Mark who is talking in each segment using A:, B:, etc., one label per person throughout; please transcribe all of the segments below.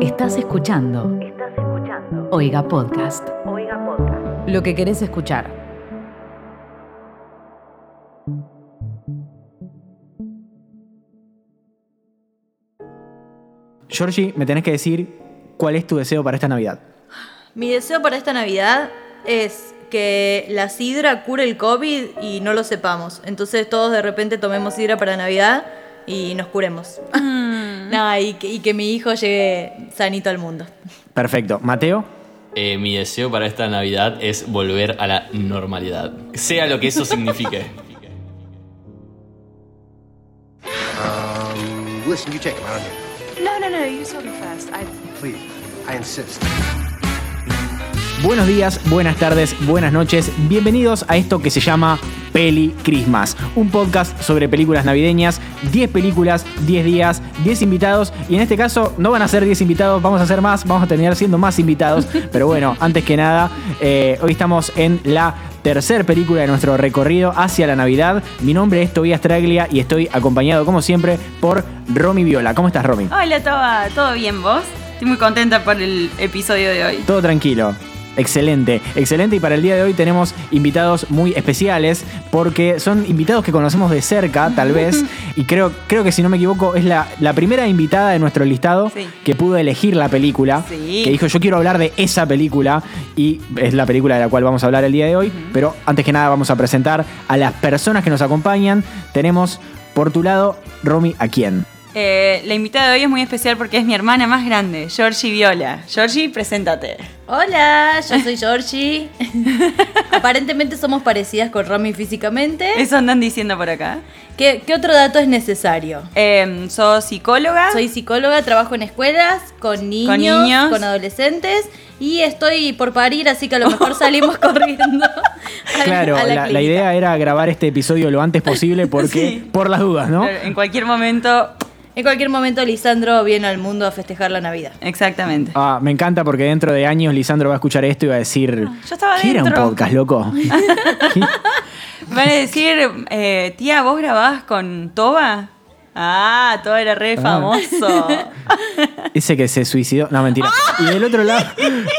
A: Estás escuchando
B: Estás escuchando
A: Oiga Podcast.
B: Oiga Podcast.
A: Lo que querés escuchar.
C: Georgie, me tenés que decir cuál es tu deseo para esta Navidad.
D: Mi deseo para esta Navidad es que la sidra cure el COVID y no lo sepamos. Entonces todos de repente tomemos sidra para Navidad y nos curemos. No, y, que, y que mi hijo llegue sanito al mundo.
C: Perfecto. Mateo,
E: Eh, mi deseo para esta Navidad es volver a la normalidad, sea lo que eso signifique.
F: Um, listen, you take him. I don't need
G: No, no, no, you tell me first. I
F: him. Please, I insist.
C: buenos días, buenas tardes, buenas noches. Bienvenidos a esto que se llama Peli Christmas, un podcast sobre películas navideñas, 10 películas, 10 días, 10 invitados. Y en este caso no van a ser 10 invitados, vamos a ser más, vamos a terminar siendo más invitados. Pero bueno, antes que nada, eh, hoy estamos en la tercer película de nuestro recorrido hacia la Navidad. Mi nombre es Tobias Traglia y estoy acompañado, como siempre, por Romy Viola. ¿Cómo estás, Romy?
H: Hola Toba, ¿todo bien vos? Estoy muy contenta por el episodio de hoy.
C: Todo tranquilo. Excelente, excelente. Y para el día de hoy tenemos invitados muy especiales porque son invitados que conocemos de cerca, tal vez. Y creo, creo que si no me equivoco, es la, la primera invitada de nuestro listado
H: Sí.
C: que pudo elegir la película.
H: Sí.
C: Que dijo, yo quiero hablar de esa película. Y es la película de la cual vamos a hablar el día de hoy. Pero antes que nada vamos a presentar a las personas que nos acompañan. Tenemos por tu lado, Romy, ¿a quién?
H: Eh, la invitada de hoy es muy especial porque es mi hermana más grande, Georgie Viola. Georgie, preséntate.
D: Hola, yo soy Georgie. Aparentemente somos parecidas con Romy físicamente.
H: Eso andan diciendo por acá.
D: ¿Qué, qué otro dato es necesario?
H: Eh, sos psicóloga.
D: Soy psicóloga, trabajo en escuelas, Ah. con niños, con,
H: niños.
D: adolescentes y estoy por parir, así que a lo mejor salimos corriendo. a-
C: Claro,
D: a
C: la, la
D: clínica.
C: idea era grabar este episodio lo antes posible porque
H: Sí.
C: por las dudas, ¿no?
H: En cualquier momento,
D: En cualquier momento Lisandro viene al mundo a festejar la Navidad.
H: exactamente.
C: Ah, me encanta porque dentro de años Lisandro va a escuchar esto y va a decir.
H: Ah, yo estaba
C: ¿Qué era un
H: dentro".
C: podcast, loco?
H: Van a decir, eh, tía, ¿vos grababas con Toba? Ah, Toba era re famoso.
C: Dice que se suicidó. No, mentira.
H: Ah.
C: Y del otro lado,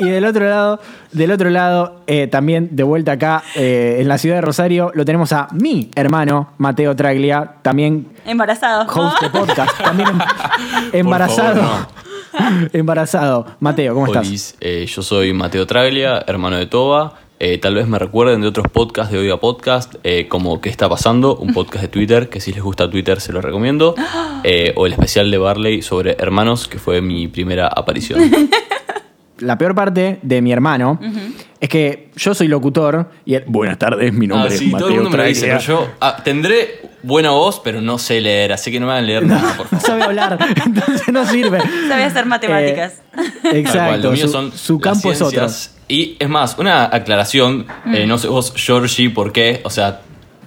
C: y del otro lado, del otro lado, eh, también de vuelta acá, eh, en la ciudad de Rosario, lo tenemos a mi hermano, Mateo Traglia, también
H: Embarazado.
C: host de podcast, también em- embarazado. Embarazado. Mateo, ¿cómo estás?
E: Olis, eh, yo soy Mateo Traglia, hermano de Toba. Eh, tal vez me recuerden de otros podcasts de Oiga Podcast, eh, como ¿Qué está pasando? Un podcast de Twitter, que si les gusta Twitter se lo recomiendo. Eh, o el especial de Barley sobre hermanos, que fue mi primera aparición.
C: la peor parte de mi hermano es que yo soy locutor y él, buenas tardes, mi nombre
E: Ah,
C: es
E: sí,
C: Mateo
E: todo el mundo me lo dice,
C: Traglia".
E: pero yo ah, tendré buena voz, pero no sé leer, así que no me hagan leer nada, por
C: No
E: favor.
C: sabe hablar, entonces no sirve.
H: Sabe hacer matemáticas.
C: Eh,
E: Tal cual,
C: exacto,
E: lo mío
C: su,
E: son
C: su
E: las
C: campo es otro.
E: ciencias. Y es más, una aclaración, eh, no sé vos, Georgie, por qué, o sea,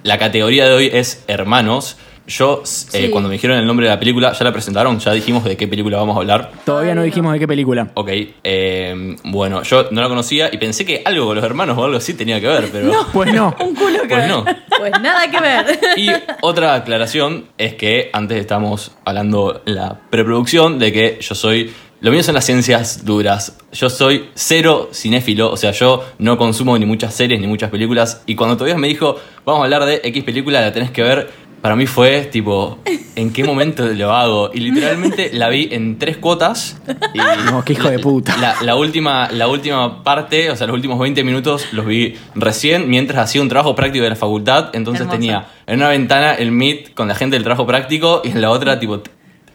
E: la categoría de hoy es hermanos. Yo, eh,
D: Sí.
E: cuando me dijeron el nombre de la película, ya la presentaron, ya dijimos de qué película vamos a hablar.
C: Todavía no dijimos de qué película.
E: Ok, eh, bueno, yo no la conocía y pensé que algo con los hermanos o algo así tenía que ver, pero
C: Pues no,
E: pues no.
D: Pues nada que ver.
E: Y otra aclaración es que antes estamos hablando en la preproducción de que yo soy. Lo mío son las ciencias duras. Yo soy cero cinéfilo, o sea, yo no consumo ni muchas series ni muchas películas. Y cuando todavía me dijo, vamos a hablar de X película, la tenés que ver, para mí fue tipo, ¿en qué momento lo hago? Y literalmente la vi en tres cuotas. Y
C: No, qué hijo de puta.
E: La, la última, la última parte, o sea, los últimos 20 minutos los vi recién mientras hacía un trabajo práctico de la facultad. Entonces
H: Hermoso.
E: tenía en una ventana el meet con la gente del trabajo práctico y en la otra, tipo, t-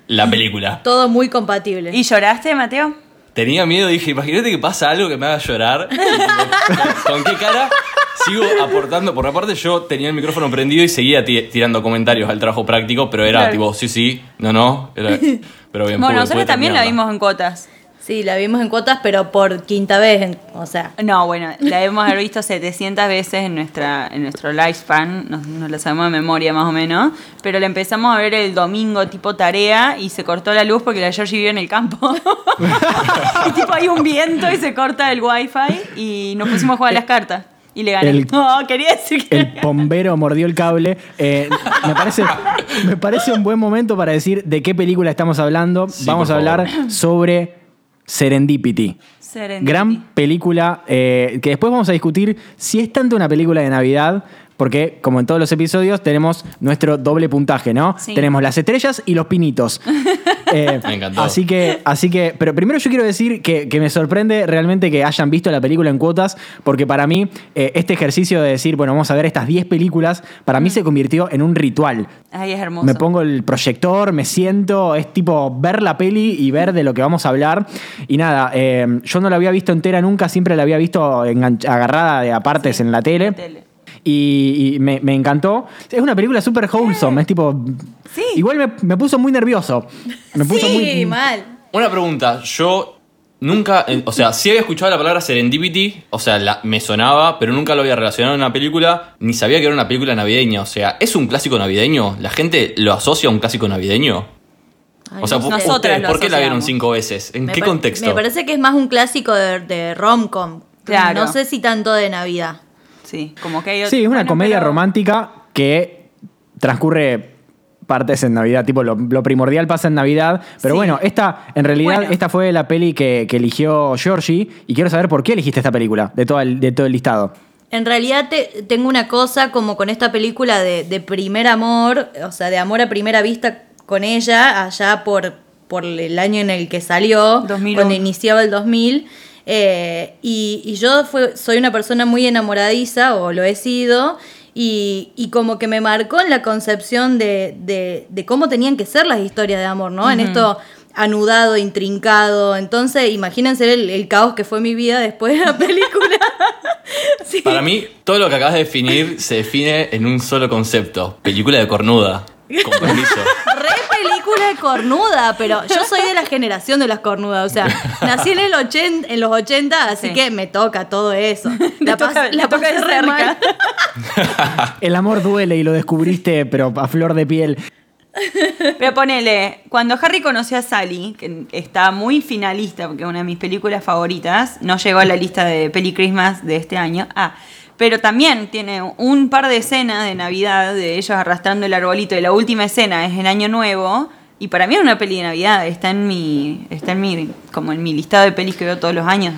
E: la película.
D: Todo muy compatible.
H: ¿Y lloraste, Mateo?
E: Tenía miedo, dije, imagínate que pasa algo que me haga llorar. Y tipo, ¿Con qué cara? Sigo aportando, por aparte yo tenía el micrófono prendido y seguía ti- tirando comentarios al trabajo práctico, pero era
H: Claro.
E: tipo, sí, sí, no, no. Era- pero bien, pude-
H: Bueno,
E: pude
H: nosotros también la
E: terminarla.
H: vimos en cuotas.
D: Sí, la vimos en cuotas, pero por quinta vez, en- o sea.
H: No, bueno, la hemos haber visto 700 veces en, nuestra, en nuestro lifespan, nos, nos la sabemos de memoria más o menos, pero la empezamos a ver el domingo tipo tarea y se cortó la luz porque la Georgie vive en el campo. y tipo hay un viento y se corta el wifi y nos pusimos a jugar a las cartas y le gané.
C: El-
H: No, quería decir que...
C: el bombero mordió el cable. Eh, me, parece, me parece un buen momento para decir de qué película estamos hablando.
E: Sí,
C: Vamos a
E: por favor.
C: hablar sobre Serendipity.
H: Serendipity.
C: Gran película eh, que después vamos a discutir si es tanto una película de Navidad, porque como en todos los episodios tenemos nuestro doble puntaje, ¿no?
H: Sí.
C: Tenemos las estrellas y los pinitos. Eh,
E: Me encantó.
C: Así que, así que, pero primero yo quiero decir que, que me sorprende realmente que hayan visto la película en cuotas, porque para mí eh, este ejercicio de decir, bueno, vamos a ver estas 10 películas, para mí se convirtió en un ritual.
H: Ay, es hermoso.
C: Me pongo el proyector, me siento, es tipo ver la peli y ver de lo que vamos a hablar. Y nada, eh, yo no la había visto entera nunca, siempre la había visto enganch- agarrada de apartes en la tele.
H: La tele.
C: Y, y me, me encantó. Es una película súper wholesome, es tipo...
H: Sí.
C: Igual me, me puso muy nervioso. Me puso
D: sí,
C: muy...
D: mal.
E: Una pregunta, yo nunca, eh, o sea, sí había escuchado la palabra serendipity, o sea, la- me sonaba, pero nunca lo había relacionado a una película, ni sabía que era una película navideña, o sea, ¿es un clásico navideño? ¿La gente lo asocia a un clásico navideño?
D: Ay,
E: o sea,
D: no
E: ¿por-
D: sé.
H: Nosotras
E: ustedes,
H: lo
E: ¿por qué la vieron
H: asociamos.
E: cinco veces? ¿En
D: Me
E: qué
D: par-
E: contexto?
D: Me parece que es más un clásico de, de rom-com.
H: Claro.
D: No sé si tanto de Navidad.
H: Sí, como que hay otro-
C: Sí, es una
H: bueno,
C: comedia
H: pero-
C: romántica que transcurre partes en Navidad, tipo lo, lo primordial pasa en Navidad, pero
H: Sí.
C: bueno, esta en realidad
H: Bueno.
C: esta fue la peli que, que eligió Georgie y quiero saber por qué elegiste esta película de todo el, de todo el listado.
D: En realidad te- tengo una cosa como con esta película de, de primer amor, o sea, de amor a primera vista con ella, allá por, por el año en el que salió,
H: 2001.
D: cuando iniciaba el 2000. eh, y, y yo fue- soy una persona muy enamoradiza, o lo he sido, y, y como que me marcó en la concepción de, de- de cómo tenían que ser las historias de amor, ¿no? En esto anudado, intrincado. Entonces, imagínense el, el caos que fue mi vida después de la película. Sí.
E: Para mí, todo lo que acabas de definir se define en un solo concepto, película de cornuda, con permiso.
D: Re película de cornuda, pero yo soy de la generación de las cornudas. O sea, nací en, el 80, en los 80, así
H: Sí.
D: que me toca todo eso. La,
H: Te
D: pas-
H: toca-
D: la
H: te toca
D: pasé
H: de
D: re
H: cerca.
D: mal.
C: El amor duele y lo descubriste, pero a flor de piel.
H: Pero ponele, cuando Harry conoció a Sally, que está muy finalista, porque es una de mis películas favoritas, no llegó a la lista de Peli Christmas de este año. Ah, pero también tiene un par de escenas de Navidad de ellos arrastrando el arbolito y la última escena es en Año Nuevo. Y para mí es una peli de Navidad, está en mi, está en mi, como en mi listado de pelis que veo todos los años.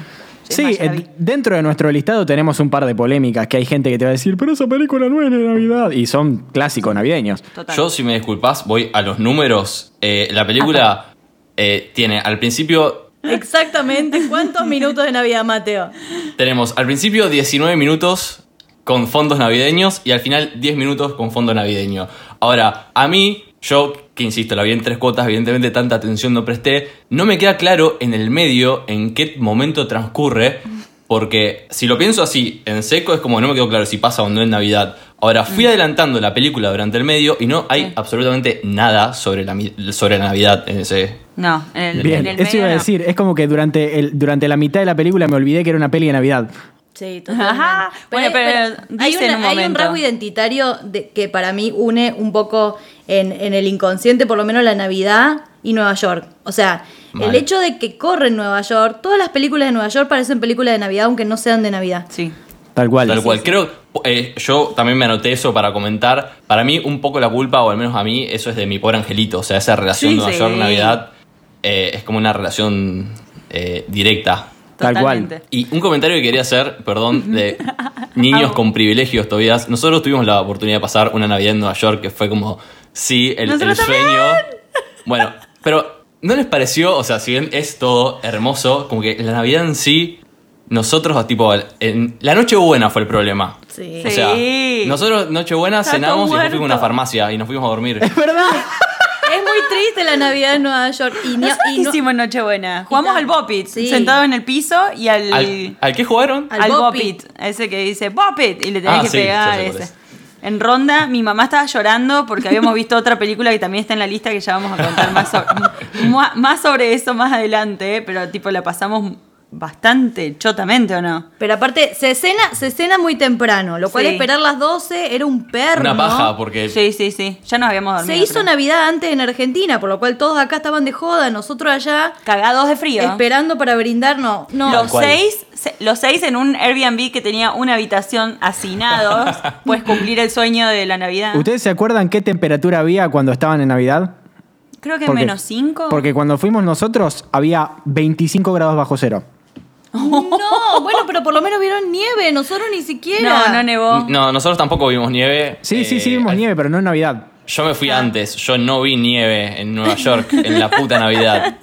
C: Sí,
H: Además, ya la vi.
C: eh, dentro de nuestro listado tenemos un par de polémicas, que hay gente que te va a decir, pero esa película no es de Navidad, y son clásicos navideños.
H: total.
E: Yo, si me disculpas, voy a los números. Eh, la película eh, tiene al principio
D: Exactamente. ¿Cuántos minutos de Navidad, Mateo?
E: Tenemos al principio 19 minutos con fondos navideños y al final 10 minutos con fondo navideño. Ahora, a mí, yo que insisto, la vi en tres cuotas, evidentemente tanta atención no presté, no me queda claro en el medio en qué momento transcurre, porque si lo pienso así, en seco es como no me quedó claro si pasa o no en Navidad. Ahora, fui adelantando la película durante el medio y no hay absolutamente nada sobre la, mi- sobre la Navidad en ese...
H: No, en el,
C: Bien,
H: en el
C: eso
H: medio
C: iba a
H: no.
C: decir, es como que durante, el, durante la mitad de la película me olvidé que era una peli de Navidad.
D: Sí,
H: totalmente. Ajá. Bueno, pero
D: hay,
H: dice en un
D: hay
H: momento.
D: rasgo identitario de- que para mí une un poco en, en el inconsciente, por lo menos la Navidad y Nueva York. O sea, el
E: Mal.
D: hecho de que corre en Nueva York, todas las películas de Nueva York parecen películas de Navidad, aunque no sean de Navidad.
H: Sí.
C: Tal cual.
E: Tal cual. Creo, eh, yo también me anoté eso para comentar. Para mí, un poco la culpa, o al menos a mí, eso es de mi pobre angelito. O sea, esa relación
H: Sí,
E: Nueva
H: sí.
E: York-Navidad eh, es como una relación eh, directa.
C: Tal cual.
H: Totalmente.
E: Y un comentario que quería hacer, perdón, de
H: Ah.
E: niños con privilegios todavía. Nosotros tuvimos la oportunidad de pasar una Navidad en Nueva York que fue como, sí, el, el
H: Nosotros
E: sueño. Bueno, pero ¿no les pareció? O sea, si bien es todo hermoso, como que la Navidad en sí, nosotros, tipo, en, la Nochebuena fue el problema.
D: Sí.
E: O sea,
H: Sí.
E: nosotros Nochebuena
H: Está todo
E: cenamos y después fuimos a una
H: muerto.
E: farmacia y nos fuimos a dormir.
D: Es muy triste la Navidad en Nueva York. Y ni-
H: ¿Nosotros
D: y
H: qué
D: no-
H: hicimos en Nochebuena? Jugamos
D: tal.
H: al Bopit,
D: Sí.
H: sentado en el piso y al.
E: ¿Al,
H: Al,
E: ¿Al qué jugaron?
D: al
H: Bopit.
D: Bopit.
H: Ese que dice Bopit y le tenés
E: Ah,
H: que
E: sí,
H: pegar
E: ya sé cuál
H: ese. En ronda, mi mamá estaba llorando porque habíamos visto otra película que también está en la lista que ya vamos a contar más sobre, mua- más sobre eso más adelante, pero tipo la pasamos bastante chotamente, ¿o no?
D: Pero aparte, se cena, se cena muy temprano, lo cual
H: Sí.
D: esperar las 12 era un perro.
E: Una paja, porque
H: Sí, sí, sí. Ya nos habíamos dormido.
D: Se hizo
H: creo.
D: Navidad antes en Argentina, por lo cual todos acá estaban de joda, nosotros allá
H: Cagados de frío.
D: esperando para brindarnos. No,
H: Los
E: cual.
H: seis, se- los seis en un Airbnb que tenía una habitación hacinados, pues cumplir el sueño de la Navidad.
C: ¿Ustedes se acuerdan qué temperatura había cuando estaban en Navidad?
H: Creo que
C: Porque-
H: menos 5.
C: Porque cuando fuimos nosotros había 25 grados bajo cero.
D: No, bueno, pero por lo menos vieron nieve, nosotros ni siquiera.
H: No, no nevó.
E: No, nosotros tampoco vimos nieve.
C: Sí, sí,
E: Eh,
C: sí, vimos
E: al-
C: nieve, pero no en Navidad.
E: Yo me fui
C: Ah.
E: antes, yo no vi nieve en Nueva York en la puta Navidad.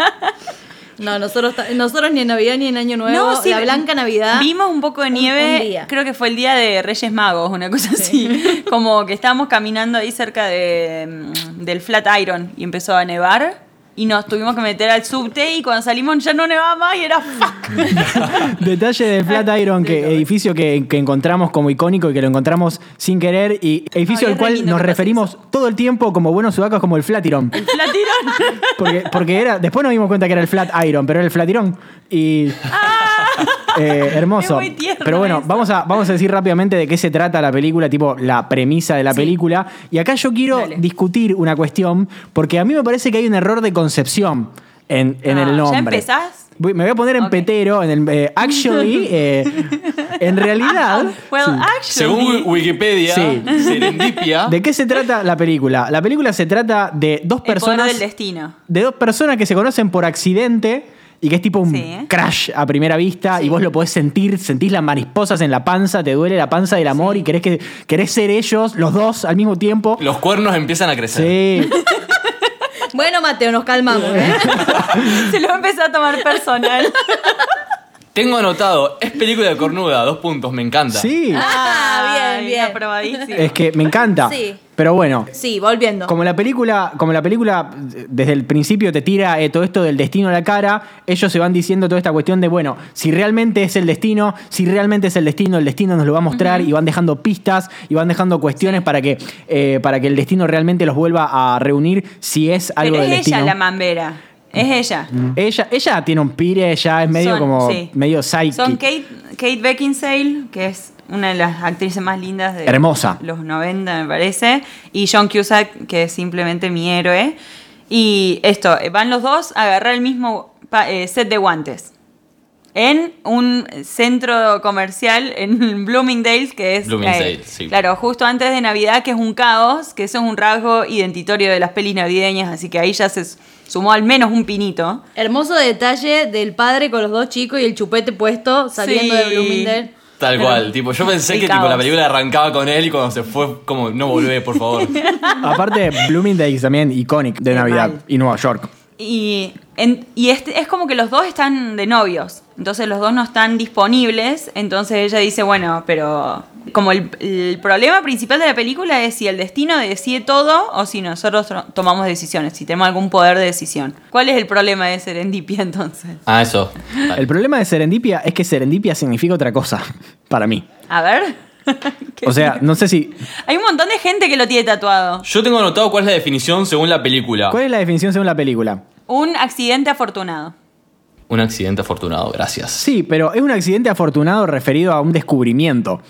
D: No, nosotros, ta- nosotros ni en Navidad ni en Año Nuevo.
H: No, sí,
D: la Blanca Navidad.
H: Vimos un poco de
D: un-
H: nieve,
D: un día.
H: creo que fue el día de Reyes Magos, una cosa así. Como que estábamos caminando ahí cerca de, mm, del Flatiron y empezó a nevar y nos tuvimos que meter al subte y cuando salimos ya no nevaba más y era fuck.
C: Detalle de Flatiron, que edificio que, que encontramos como icónico y que lo encontramos sin querer, y edificio al
H: Ay, es re
C: cual
H: lindo
C: nos
H: que pase
C: referimos todo el tiempo como buenos sudacos como el Flatiron.
H: El Flatiron.
C: Porque, porque era, después nos dimos cuenta que era el Flat Iron, pero era el Flatiron. Y. Eh, hermoso.
H: Ah. Es muy tierno
C: Pero bueno,
H: eso.
C: vamos a, vamos a decir rápidamente de qué se trata la película, tipo la premisa de la película. Y acá yo quiero
H: Dale.
C: discutir una cuestión, porque a mí me parece que hay un error de concepción en, en
H: Ah,
C: el
H: ¿ya
C: nombre.
H: empezás?
C: Voy- me voy a poner en
H: Ok.
C: petero, en el. eh, actually, eh, en realidad.
H: Ah, Well,
C: Sí.
H: actually.
E: Según Wi- Wikipedia,
C: Sí.
E: Serendipia.
C: ¿De qué se trata la película? La película se trata de dos
H: el poder
C: personas
H: del destino.
C: de dos personas que se conocen por accidente y que es tipo un
H: Sí.
C: crash a primera vista y vos lo podés sentir, sentís las mariposas en la panza, te duele la panza del amor y querés, que, querés ser ellos, los dos, al mismo tiempo.
E: Los cuernos empiezan a crecer.
C: Sí,
D: Bueno, Mateo, nos calmamos, ¿eh?
H: Se lo empezó a tomar personal.
E: Tengo anotado, es película de cornuda, dos puntos, me encanta.
C: sí.
D: Ah, bien,
H: Ay,
D: bien.
H: Aprobadísimo.
C: Es que me encanta.
D: Sí.
C: Pero bueno,
D: Sí, volviendo.
C: Como la película, como la película eh, desde el principio te tira eh, todo esto del destino a la cara, ellos se van diciendo toda esta cuestión de, bueno, si realmente es el destino, si realmente es el destino, el destino nos lo va a mostrar y van dejando pistas y van dejando cuestiones para que eh, para que el destino realmente los vuelva a reunir si es algo
H: Pero es
C: del
H: ella
C: destino.
H: la mambera. Es ella.
C: ella, ella tiene un pire, ella es medio
H: Son-
C: como
H: sí.
C: medio psyche.
H: Son Kate, Kate Beckinsale, que es una de las actrices más lindas de
C: Hermosa.
H: los 90, me parece, y John Cusack, que es simplemente mi héroe. Y esto, eh, van los dos a agarrar el mismo pa- eh, set de guantes en un centro comercial en Bloomingdale's, que es... eh,
E: Bloomingdale's, sí.
H: Claro, justo antes de Navidad, que es un caos, que eso es un rasgo identitorio de las pelis navideñas, así que ahí ya se sumó al menos un pinito.
D: Hermoso detalle del padre con los dos chicos y el chupete puesto saliendo
H: Sí.
D: de Bloomingdale.
E: Tal
H: Pero-
E: cual, tipo, yo pensé
H: El
E: que tipo, la
H: caos.
E: película arrancaba con él y cuando se fue, como, no volvé, por favor.
C: Aparte, Bloomingdale's también icónico de
H: Sí,
C: Navidad
H: mal.
C: y Nueva York.
H: Y, en- y este, es como que los dos están de novios. Entonces los dos no están disponibles. Entonces ella dice, bueno, pero como el, el problema principal de la película es si el destino decide todo o si nosotros to- tomamos decisiones, si tenemos algún poder de decisión. ¿Cuál es el problema de Serendipia entonces?
E: Ah, eso.
C: El problema de Serendipia es que Serendipia significa otra cosa para mí.
H: A ver. ¿Qué-
C: O sea, no sé si.
H: Hay un montón de gente que lo tiene tatuado.
E: Yo tengo anotado cuál es la definición según la película.
C: ¿Cuál es la definición según la película?
H: Un accidente afortunado.
E: Un accidente afortunado, gracias.
C: Sí, pero es un accidente afortunado referido a un descubrimiento.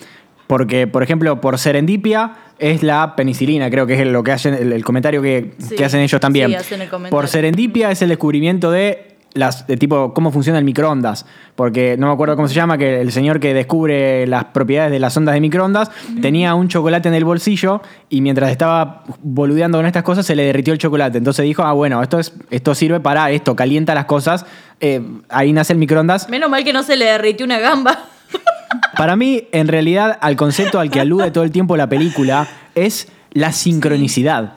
C: Porque, por ejemplo, por serendipia es la penicilina, creo que es lo que hacen, el, el comentario que,
D: Sí,
C: que hacen ellos también.
D: sí, hacen el comentario.
C: por serendipia es el descubrimiento de las de tipo cómo funciona el microondas. Porque no me acuerdo cómo se llama, que el señor que descubre las propiedades de las ondas de microondas tenía un chocolate en el bolsillo y mientras estaba boludeando con estas cosas se le derritió el chocolate. Entonces dijo, ah, bueno, esto, es, esto sirve para esto, calienta las cosas. eh, ahí nace el microondas.
D: Menos mal que no se le derritió una gamba.
C: Para mí, en realidad, al concepto al que alude todo el tiempo la película es la sincronicidad.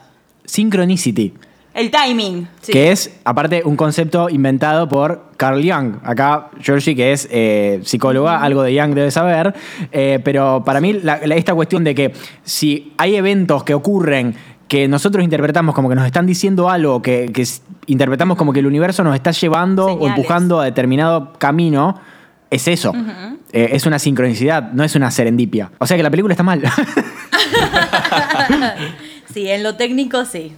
C: Synchronicity.
H: El timing.
D: Sí.
C: Que es, aparte, un concepto inventado por Carl Jung. Acá, Georgie, que es eh, psicóloga, algo de Jung debe saber. eh, pero para mí, la- la- esta cuestión de que si hay eventos que ocurren que nosotros interpretamos como que nos están diciendo algo, que, que s- interpretamos como que el universo nos está llevando o
H: Señales.
C: empujando a determinado camino, es eso. Eh, es una sincronicidad, no es una serendipia. O sea que la película está mal.
D: Sí, en lo técnico sí.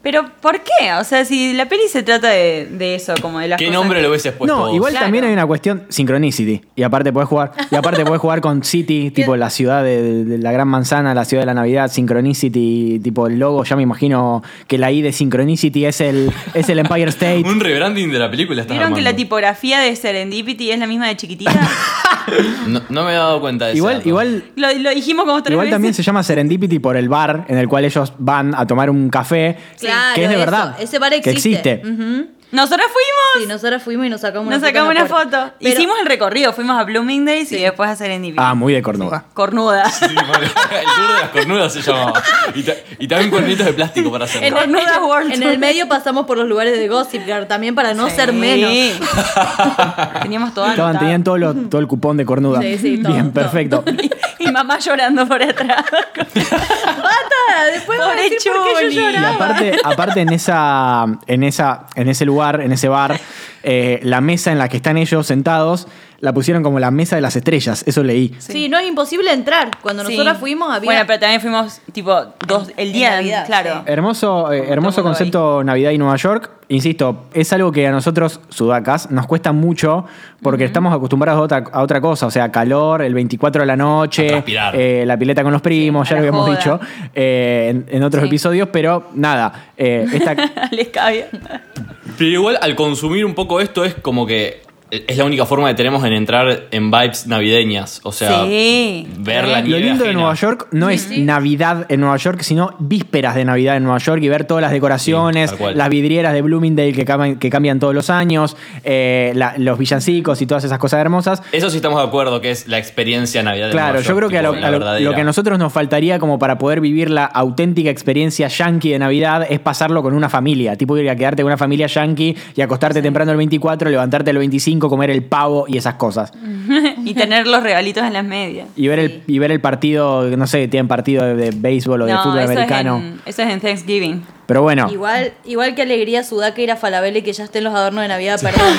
H: Pero ¿por qué? O sea, si la peli se trata de, de eso, como de las
E: ¿Qué
H: cosas
E: nombre
H: que-
E: le hubieses puesto
C: No,
E: vos?
C: igual
H: Claro.
C: también hay una cuestión Synchronicity. Y aparte puedes jugar. Y aparte puedes jugar con City, tipo la ciudad de, de la Gran Manzana, la ciudad de la Navidad, Synchronicity, tipo el logo, ya me imagino que la I de Synchronicity es el, es el Empire State.
E: Un rebranding de la película está
H: ¿Vieron que la
E: tipo
H: tipografía de Serendipity es la misma de chiquitita?
E: No, no me he dado cuenta de eso.
C: Igual, igual
H: Lo, lo dijimos como tres
C: Igual
H: veces.
C: también se llama Serendipity por el bar en el cual ellos van a tomar un café,
D: Claro,
C: que es de
D: eso.
C: verdad.
D: Ese bar
C: Que
D: existe.
C: existe.
H: Nosotras fuimos.
D: Sí, nosotras fuimos y nos sacamos una
H: Nos
D: foto. en
H: sacamos
D: la
H: una
D: puerta.
H: foto.
D: Pero-
H: Hicimos el recorrido. Fuimos a Blooming Days y después a Serendipity.
C: Ah, muy de cornuda.
H: Cornuda.
E: Sí, bueno, el tour de las cornudas se llamaba. Y, ta- y también cuernitos de plástico para hacer.
D: En el,
H: Cornuda
D: medio,
H: World
D: en
H: Tour.
D: el medio pasamos por los lugares de Gossip Girl también para no ser menos.
H: Sí. Teníamos todo
C: Estaban,
H: anotado.
C: tenían todo, lo- todo el cupón de cornuda.
D: Ah, Sí, sí, todo,
C: Bien,
D: todo.
C: perfecto.
H: Y mamá llorando por atrás.
D: ¡Bata! Después van a
H: Pobre
D: decir por qué
H: Chuli.
D: yo
C: Y
D: lloraba.
C: aparte, aparte en esa, en esa, en ese lugar, en ese bar, eh, la mesa en la que están ellos sentados, la pusieron como la mesa de las estrellas. Eso leí.
D: Sí. no es imposible entrar. Cuando
H: Sí.
D: nosotras fuimos había...
H: Bueno, pero también fuimos, tipo, dos, el
D: En
H: día de
D: Navidad,
H: Claro.
D: sí.
C: Hermoso, eh, hermoso
H: Pongámoslo
C: concepto Navidad y Nueva York. Insisto, es algo que a nosotros, sudacas, nos cuesta mucho porque estamos acostumbrados a otra, a otra cosa. O sea, calor, el 24 de la
E: A
C: noche,
E: transpirar.
C: eh, la pileta con los primos,
H: Sí,
C: ya
H: a
C: lo
H: la
C: habíamos
H: joda.
C: dicho eh, en, en otros
H: Sí.
C: episodios, pero nada. eh, esta,
H: Les cabía.
E: Pero igual al consumir un poco esto es como que eh, es la única forma que tenemos en entrar en vibes navideñas. O sea,
H: Sí. ¿Eh?
E: ver la
C: lo
E: nieve
C: lindo de
E: ajena.
C: Nueva York no es Navidad en Nueva York, sino vísperas de Navidad en Nueva York y ver todas las decoraciones,
E: Sí, tal cual.
C: las vidrieras de Bloomingdale que cambian, que cambian todos los años, eh, la- los villancicos y todas esas cosas hermosas.
E: Eso sí estamos de acuerdo que es la experiencia navideña.
C: Claro, yo creo que a lo, a lo- lo que a nosotros nos faltaría como para poder vivir la auténtica experiencia yankee de Navidad es pasarlo con una familia. Tipo ir a quedarte con una familia yankee y acostarte temprano el 24, levantarte el 25, comer el pavo y esas cosas.
H: Y tener los regalitos en las medias.
C: Y ver, el, y ver el partido, no sé, tienen partido de, de béisbol o de fútbol
H: eso
C: americano.
H: Es en, eso es en Thanksgiving.
C: Pero bueno,
D: Igual, igual que alegría Sudaca ir a Falabella y que ya estén los adornos de Navidad, perdón.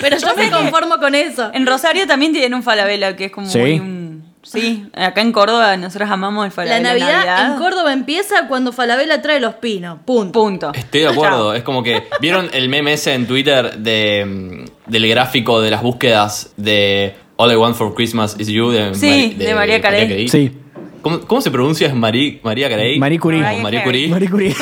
D: pero yo me conformo con eso.
H: En Rosario también tienen un falabella que es como
C: Sí.
H: muy un. Sí, acá en Córdoba nosotros amamos el
D: La
H: falabella.
D: Navidad, en Córdoba empieza cuando Falabella trae los pinos. Punto.
H: Punto.
E: Estoy de acuerdo, es como que. ¿Vieron el meme ese en Twitter de, mm, del gráfico de las búsquedas de All I Want for Christmas is You? De,
H: Sí, de María Carey.
C: sí.
E: ¿Cómo, cómo se pronuncia? ¿Es Marí- María Carey?
C: Marie Curie.
E: O Marie Curie.
C: Marie Curie.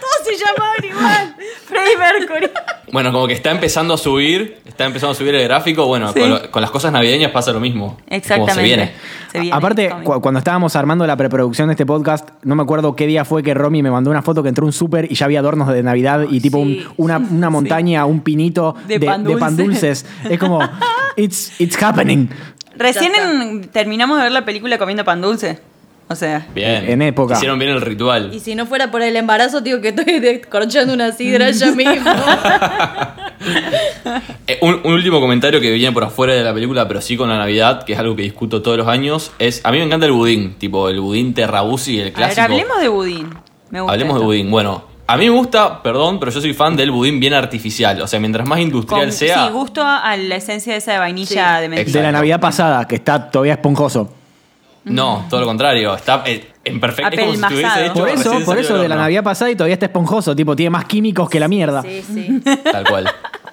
H: Todos se llamaban igual. Freddie Mercury.
E: Bueno, como que está empezando a subir, está empezando a subir el gráfico. Bueno,
H: Sí.
E: con, lo- con las cosas navideñas pasa lo mismo.
H: Exactamente.
E: Como se viene.
H: Se viene,
C: Aparte,
H: coming.
C: cu- cuando estábamos armando la preproducción de este podcast, no me acuerdo qué día fue que Romy me mandó una foto que entró un súper y ya había adornos de Navidad y tipo un-
H: sí.
C: una, una montaña, un pinito de,
H: De pan
C: de pan
H: dulces.
C: dulces. Es como, it's, it's happening.
H: Recién
D: Ya está.
H: en- terminamos de ver la película comiendo pan dulce. O sea.
E: Bien.
C: En época.
E: Hicieron bien el ritual.
D: Y si no fuera por el embarazo, tío, que estoy descorchando una sidra ya mismo.
E: Eh, un, un último comentario que viene por afuera de la película, pero sí con la Navidad, que es algo que discuto todos los años, es a mí me encanta el budín, tipo el budín terrabusi, el
H: A ver,
E: clásico.
H: hablemos de budín. Me gusta
E: Hablemos de
H: esto.
E: budín. Bueno, a mí me gusta, perdón, pero yo soy fan del budín bien artificial. O sea, mientras más industrial
H: Con-
E: sea,
H: Sí, gusto a la esencia esa de vainilla
D: Sí.
H: de
E: Exacto.
H: mentira.
C: De la Navidad pasada, que está todavía esponjoso.
E: no, todo lo contrario, está eh, en perfecto. Es como si
H: Apelmazado.
E: estuviese hecho
C: Por
E: recién
C: eso,
E: salió
C: por eso
E: del
C: de la
E: horno.
C: Navidad pasada y todavía está esponjoso, tipo, tiene más químicos que la mierda.
D: Sí, sí.
E: Tal cual.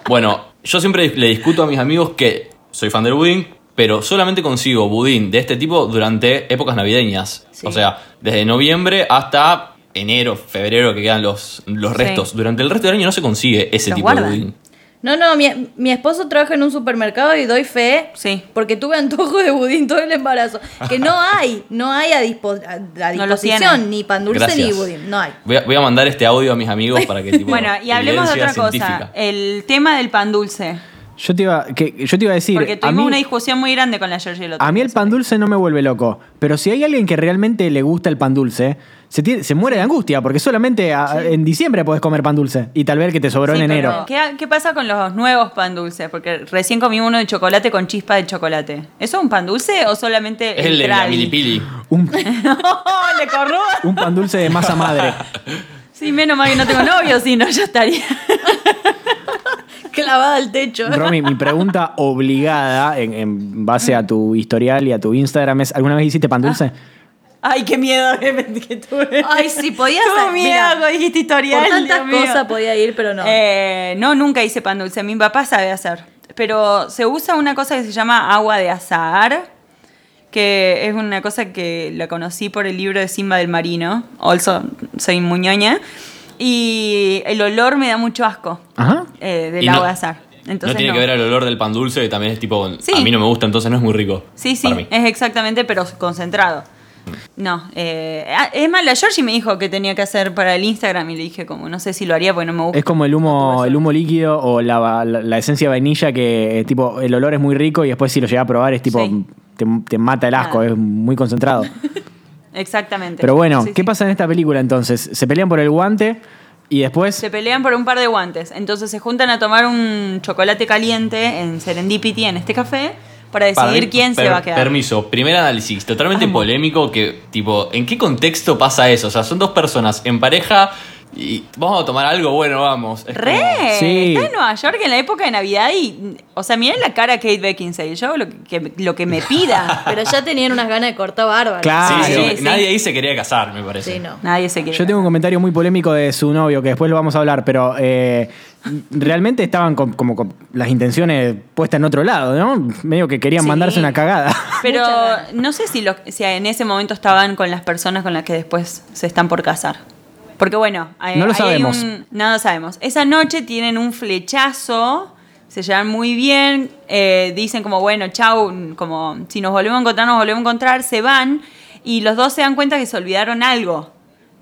E: Bueno, yo siempre le discuto a mis amigos que soy fan del budín, pero solamente consigo budín de este tipo durante épocas navideñas. O sea, desde noviembre hasta enero, febrero, que quedan los, los
H: Sí.
E: restos. Durante el resto del año no se consigue ese
H: Los
E: tipo
H: guardan.
E: de budín.
D: No, no, mi, mi esposo trabaja en un supermercado y doy fe.
H: Sí.
D: Porque tuve antojo de budín todo el embarazo. Que no hay, no hay a, dispo- a- a
H: No los tienen.
D: disposición, ni pan dulce
E: Gracias.
D: ni budín. No hay.
E: Voy a, voy a mandar este audio a mis amigos para que tipo,
H: Bueno, y hablemos de otra
E: evidencia
H: cosa.
E: científica.
H: El tema del pan dulce.
C: Yo, te iba, que, yo te iba a decir.
H: Porque
C: a
H: tuvimos
C: mí- Ah,
H: una discusión muy grande con la Georgie el otro
C: A mí
H: día.
C: el pan dulce no me vuelve loco, pero si hay alguien que realmente le gusta el pan dulce, se, tiene- se muere de angustia, porque solamente a- en diciembre podés comer pan dulce y tal vez el que te sobró
H: Sí,
C: en
H: pero
C: enero.
H: ¿qué, qué pasa con los nuevos pan dulces? Porque recién comí uno de chocolate con chispa de chocolate. ¿Eso es un pan dulce o solamente
E: Es el de la
H: trali?
E: milipili.
C: Un,
H: ¡Oh, le corro!
C: un pan dulce de masa madre.
H: Sí, menos mal que no tengo novio, si no, ya estaría.
D: Clavada al techo.
C: Romy, mi pregunta obligada en, en base a tu historial y a tu Instagram es, ¿alguna vez hiciste
H: Ah.
C: pan dulce?
H: Ay, qué miedo que, me- que tuve.
D: Ay, sí, podía
H: Tuve
D: ser.
H: miedo
D: Mira,
H: cuando dijiste historial.
D: Por tantas
H: Dios mío.
D: cosas podía ir, pero no.
H: Eh, no, nunca hice pan dulce. Mi papá sabe hacer. Pero se usa una cosa que se llama agua de azahar, que es una cosa que la conocí por el libro de Simba del Marino. Also, soy muñoña. Y el olor me da mucho asco
C: Ajá.
H: eh, del
E: Y no-
H: agua de azahar. Entonces,
E: no tiene
H: no.
E: que ver el olor del pan dulce, que también es tipo,
H: Sí.
E: a mí no me gusta, entonces no es muy rico.
H: Sí, sí,
E: para mí. Mm.
H: es exactamente, pero concentrado. No, eh, ah, es más, la Georgie me dijo que tenía que hacer para el Instagram y le dije como, no sé si lo haría porque no me gusta.
C: Es como el humo, el humo líquido o la, va- la- la esencia de vainilla que eh, tipo el olor es muy rico y después si lo llegas a probar es tipo
H: Sí.
C: te, te mata el asco,
H: Ah.
C: es muy concentrado.
H: Exactamente.
C: Pero bueno,
H: Sí,
C: ¿qué
H: sí.
C: pasa en esta película entonces? Se pelean por el guante y después
H: Se pelean por un par de guantes. Entonces se juntan a tomar un chocolate caliente en Serendipity, en este café, para
E: Para
H: decidir
E: mí,
H: quién se
E: per-
H: va a quedar.
E: Permiso, primer análisis, totalmente polémico que, tipo, ¿en qué contexto pasa eso? O sea, son dos personas en pareja y vamos a tomar algo, bueno, vamos. Es
H: ¡Re!
E: como-
C: Sí.
H: Está en Nueva York en la época de Navidad y. O sea, miren la cara de Kate Beckinsale. Yo lo que, lo que me pida.
D: Pero ya tenían unas ganas de cortar bárbaro.
C: Claro. Ah,
E: Sí, sí,
H: sí, sí.
E: nadie ahí se quería casar, me parece.
D: Sí, no.
H: Nadie se quiere.
C: yo tengo un comentario muy polémico de su novio que después lo vamos a hablar, pero eh, realmente estaban con- como con las intenciones puestas en otro lado, ¿no? Medio que querían
H: Sí.
C: mandarse una cagada.
H: Pero
D: Muchas ganas.
H: no sé si, lo- si en ese momento estaban con las personas con las que después se están por casar. Porque bueno, ahí-
C: No lo
H: ahí hay
C: sabemos.
H: un- no lo sabemos. Esa noche tienen un flechazo, se llevan muy bien, eh, dicen como, bueno, chau, como si nos volvemos a encontrar, nos volvemos a encontrar, se van y los dos se dan cuenta que se olvidaron algo.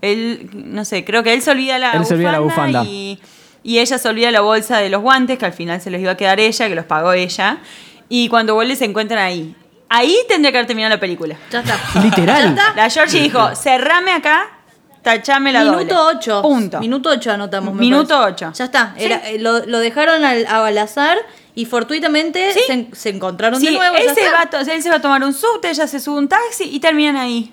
H: Él, no sé, creo que él se olvida la
C: Él se olvida la bufanda.
H: y- y ella se olvida la bolsa de los guantes, que al final se los iba a quedar ella, que los pagó ella. Y cuando vuelve se encuentran ahí. Ahí tendría que haber terminado la película.
D: Ya está.
C: Literal.
D: Ya está.
H: La Georgie dijo, cerrame acá, tachame la doble".
D: Minuto 8.
H: Punto.
D: Minuto 8 anotamos. me
H: Minuto
D: parece.
H: ocho.
D: Ya está.
H: Sí.
D: Era- eh, lo, lo dejaron al, al azar y fortuitamente
H: Sí.
D: se, en- se encontraron
H: Sí,
D: de nuevo. ya
H: él, se
D: está.
H: va a to- él se va a tomar un subte, ella se sube un taxi y terminan ahí.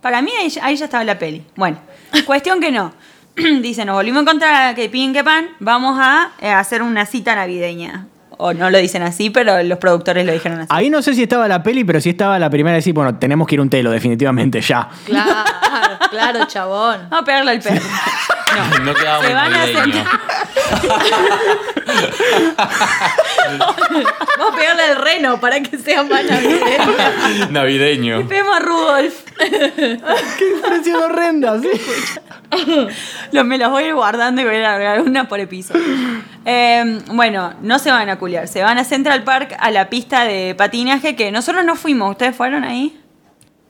H: Para mí ahí, ya- ahí ya estaba la peli. Bueno, cuestión que no. Dice, nos volvimos a encontrar, que pin, que pan, vamos a eh, hacer una cita navideña. O no lo dicen así, pero los productores lo dijeron así.
C: Ahí no sé si estaba la peli, pero sí estaba la primera de decir, bueno, tenemos que ir a un telo, definitivamente, ya.
D: Claro, claro, chabón.
H: Vamos a pegarle al perro. No.
E: No quedaba
H: Se
E: muy
H: van a
E: navideño.
H: sentar-
D: Vamos a pegarle al reno para que sea más navideño.
E: Navideño.
H: Vemos a Rudolf.
C: Parecía horrenda, sí.
H: Los- me los voy a ir guardando y voy a largar una por episodio. Eh, bueno, no se van a culiar. Se van a Central Park a la pista de patinaje que nosotros no fuimos. ¿Ustedes fueron ahí?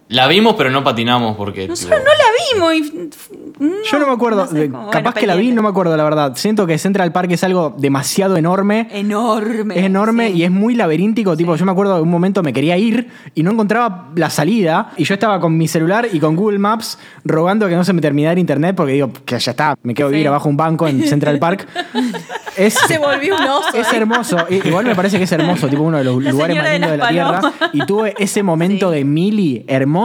E: La vimos, pero no patinamos porque.
H: Nosotros
E: tipo,
H: no la vimos. y- no,
C: Yo no me acuerdo,
H: no sé
C: de-
H: cómo.
C: capaz
H: Bueno,
C: que la vi,
H: pendiente.
C: no me acuerdo, la verdad. Siento que Central Park es algo demasiado enorme.
H: Enorme.
C: Es enorme
H: sí.
C: y es muy laberíntico. Tipo, yo me acuerdo de un momento me quería ir y no encontraba la salida. Y yo estaba con mi celular y con Google Maps rogando que no se me terminara internet porque digo, que ya está, me quedo a vivir
H: Sí.
C: abajo de un banco en Central Park. Es,
D: Se volvió un oso.
C: Es hermoso. I- Igual me parece que es hermoso, tipo uno de los
H: ¿eh? La
C: lugares más
H: señora de
C: lindos de la
H: las
C: Tierra.
H: palomas.
C: Y tuve ese momento de Mili hermoso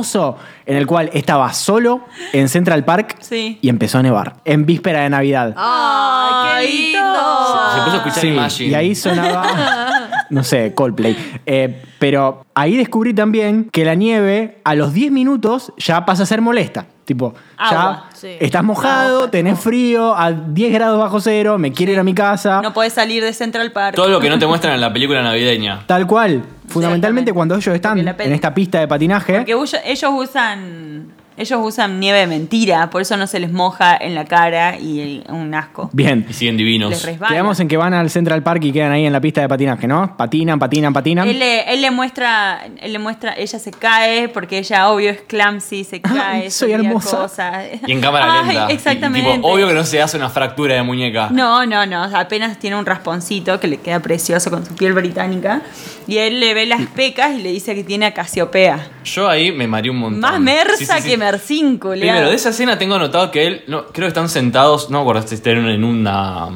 C: en el cual estaba solo en Central Park
H: Sí.
C: y empezó a nevar en víspera de Navidad.
D: ¡Ay, qué lindo!
E: Se puso a escuchar
C: Sí,
E: Imagine.
C: y ahí sonaba, no sé, Coldplay. Eh, pero ahí descubrí también que la nieve a los 10 minutos ya pasa a ser molesta. Tipo,
H: Agua,
C: ya
D: sí.
C: estás mojado, tenés frío, a 10 grados bajo cero, me quiero ir a mi casa.
H: No podés salir de Central Park.
E: Todo lo que no te muestran en la película navideña.
C: Tal cual. Fundamentalmente
H: Exactamente.
C: cuando ellos están
H: Porque la peli-
C: en esta pista de patinaje.
H: Porque ellos- ellos usan. Ellos usan nieve de mentira, por eso no se les moja en la cara y un asco.
C: Bien.
E: Y siguen
H: Les
E: divinos.
H: resbala.
C: Quedamos en que van al Central Park y quedan ahí en la pista de patinaje, ¿no? Patinan, patinan, patinan.
H: Él le, él le muestra, él le muestra, ella se cae porque ella obvio es clumsy, se cae,
C: Ay,
H: se
C: soy
H: olvida
C: hermosa.
H: cosas.
E: Y en cámara
H: Ay,
E: lenta. Y,
H: Exactamente.
E: tipo, obvio que no se hace una fractura de muñeca.
H: No, no, no. Apenas tiene un rasponcito que le queda precioso con su piel británica. Y él le ve las pecas y le dice que tiene casiopea.
E: Yo ahí me mareé un montón.
H: Más
E: Sí,
H: mersa
E: sí, sí.
H: que mercín, culiao.
E: Primero, de esa escena tengo anotado que él, no, creo que están sentados, no me acuerdo si están en una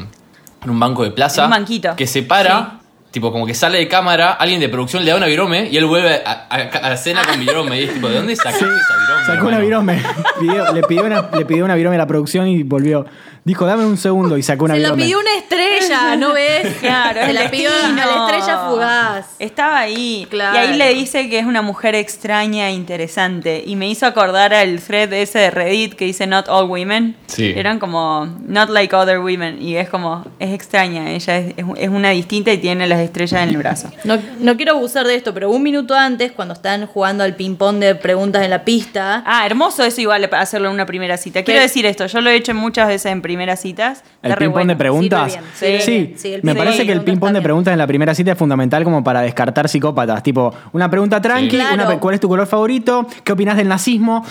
E: en un banco de plaza.
H: En un banquito.
E: Que se para, tipo como que sale de cámara, alguien de producción le da una virome y él vuelve a, a- a la escena con virome. Y es tipo, ¿de dónde sacaste esa virome?
C: Sacó una
E: hermano?
C: virome. Pidió- le, pidió una, le pidió una virome a la producción y volvió. Dijo, dame un segundo y sacó una
D: Se la
C: virome.
D: pidió una estrella, ¿no ves?
H: Claro,
D: Se
H: el
D: la pidió a
H: destino.
D: la estrella fugaz.
H: Estaba ahí.
D: Claro.
H: Y ahí le dice que es una mujer extraña e interesante. Y me hizo acordar al thread ese de Reddit que dice Not All Women.
E: Sí.
H: Eran como Not Like Other Women. Y es como, es extraña. Ella es, es- es una distinta y tiene las estrellas en el brazo.
D: No, no quiero abusar de esto, pero un minuto antes, cuando están jugando al ping-pong de preguntas en la pista,
H: Ah, hermoso eso igual hacerlo en una primera cita. Quiero
D: Pero-
H: decir esto, yo lo he hecho muchas veces en primeras citas.
C: El
H: Está re
C: ping-pong
H: bueno.
C: de preguntas.
D: Sirve bien, sirve
C: sí,
D: bien. Sí, el
C: me
D: ping-pong
C: parece
D: de
C: que el ping-pong
D: preguntas
C: de
D: también.
C: preguntas en la primera cita es fundamental como para descartar psicópatas. Tipo, una pregunta tranqui,
D: Sí.
C: una
D: Claro.
C: pe- ¿cuál es tu color favorito? ¿Qué opinas del nazismo?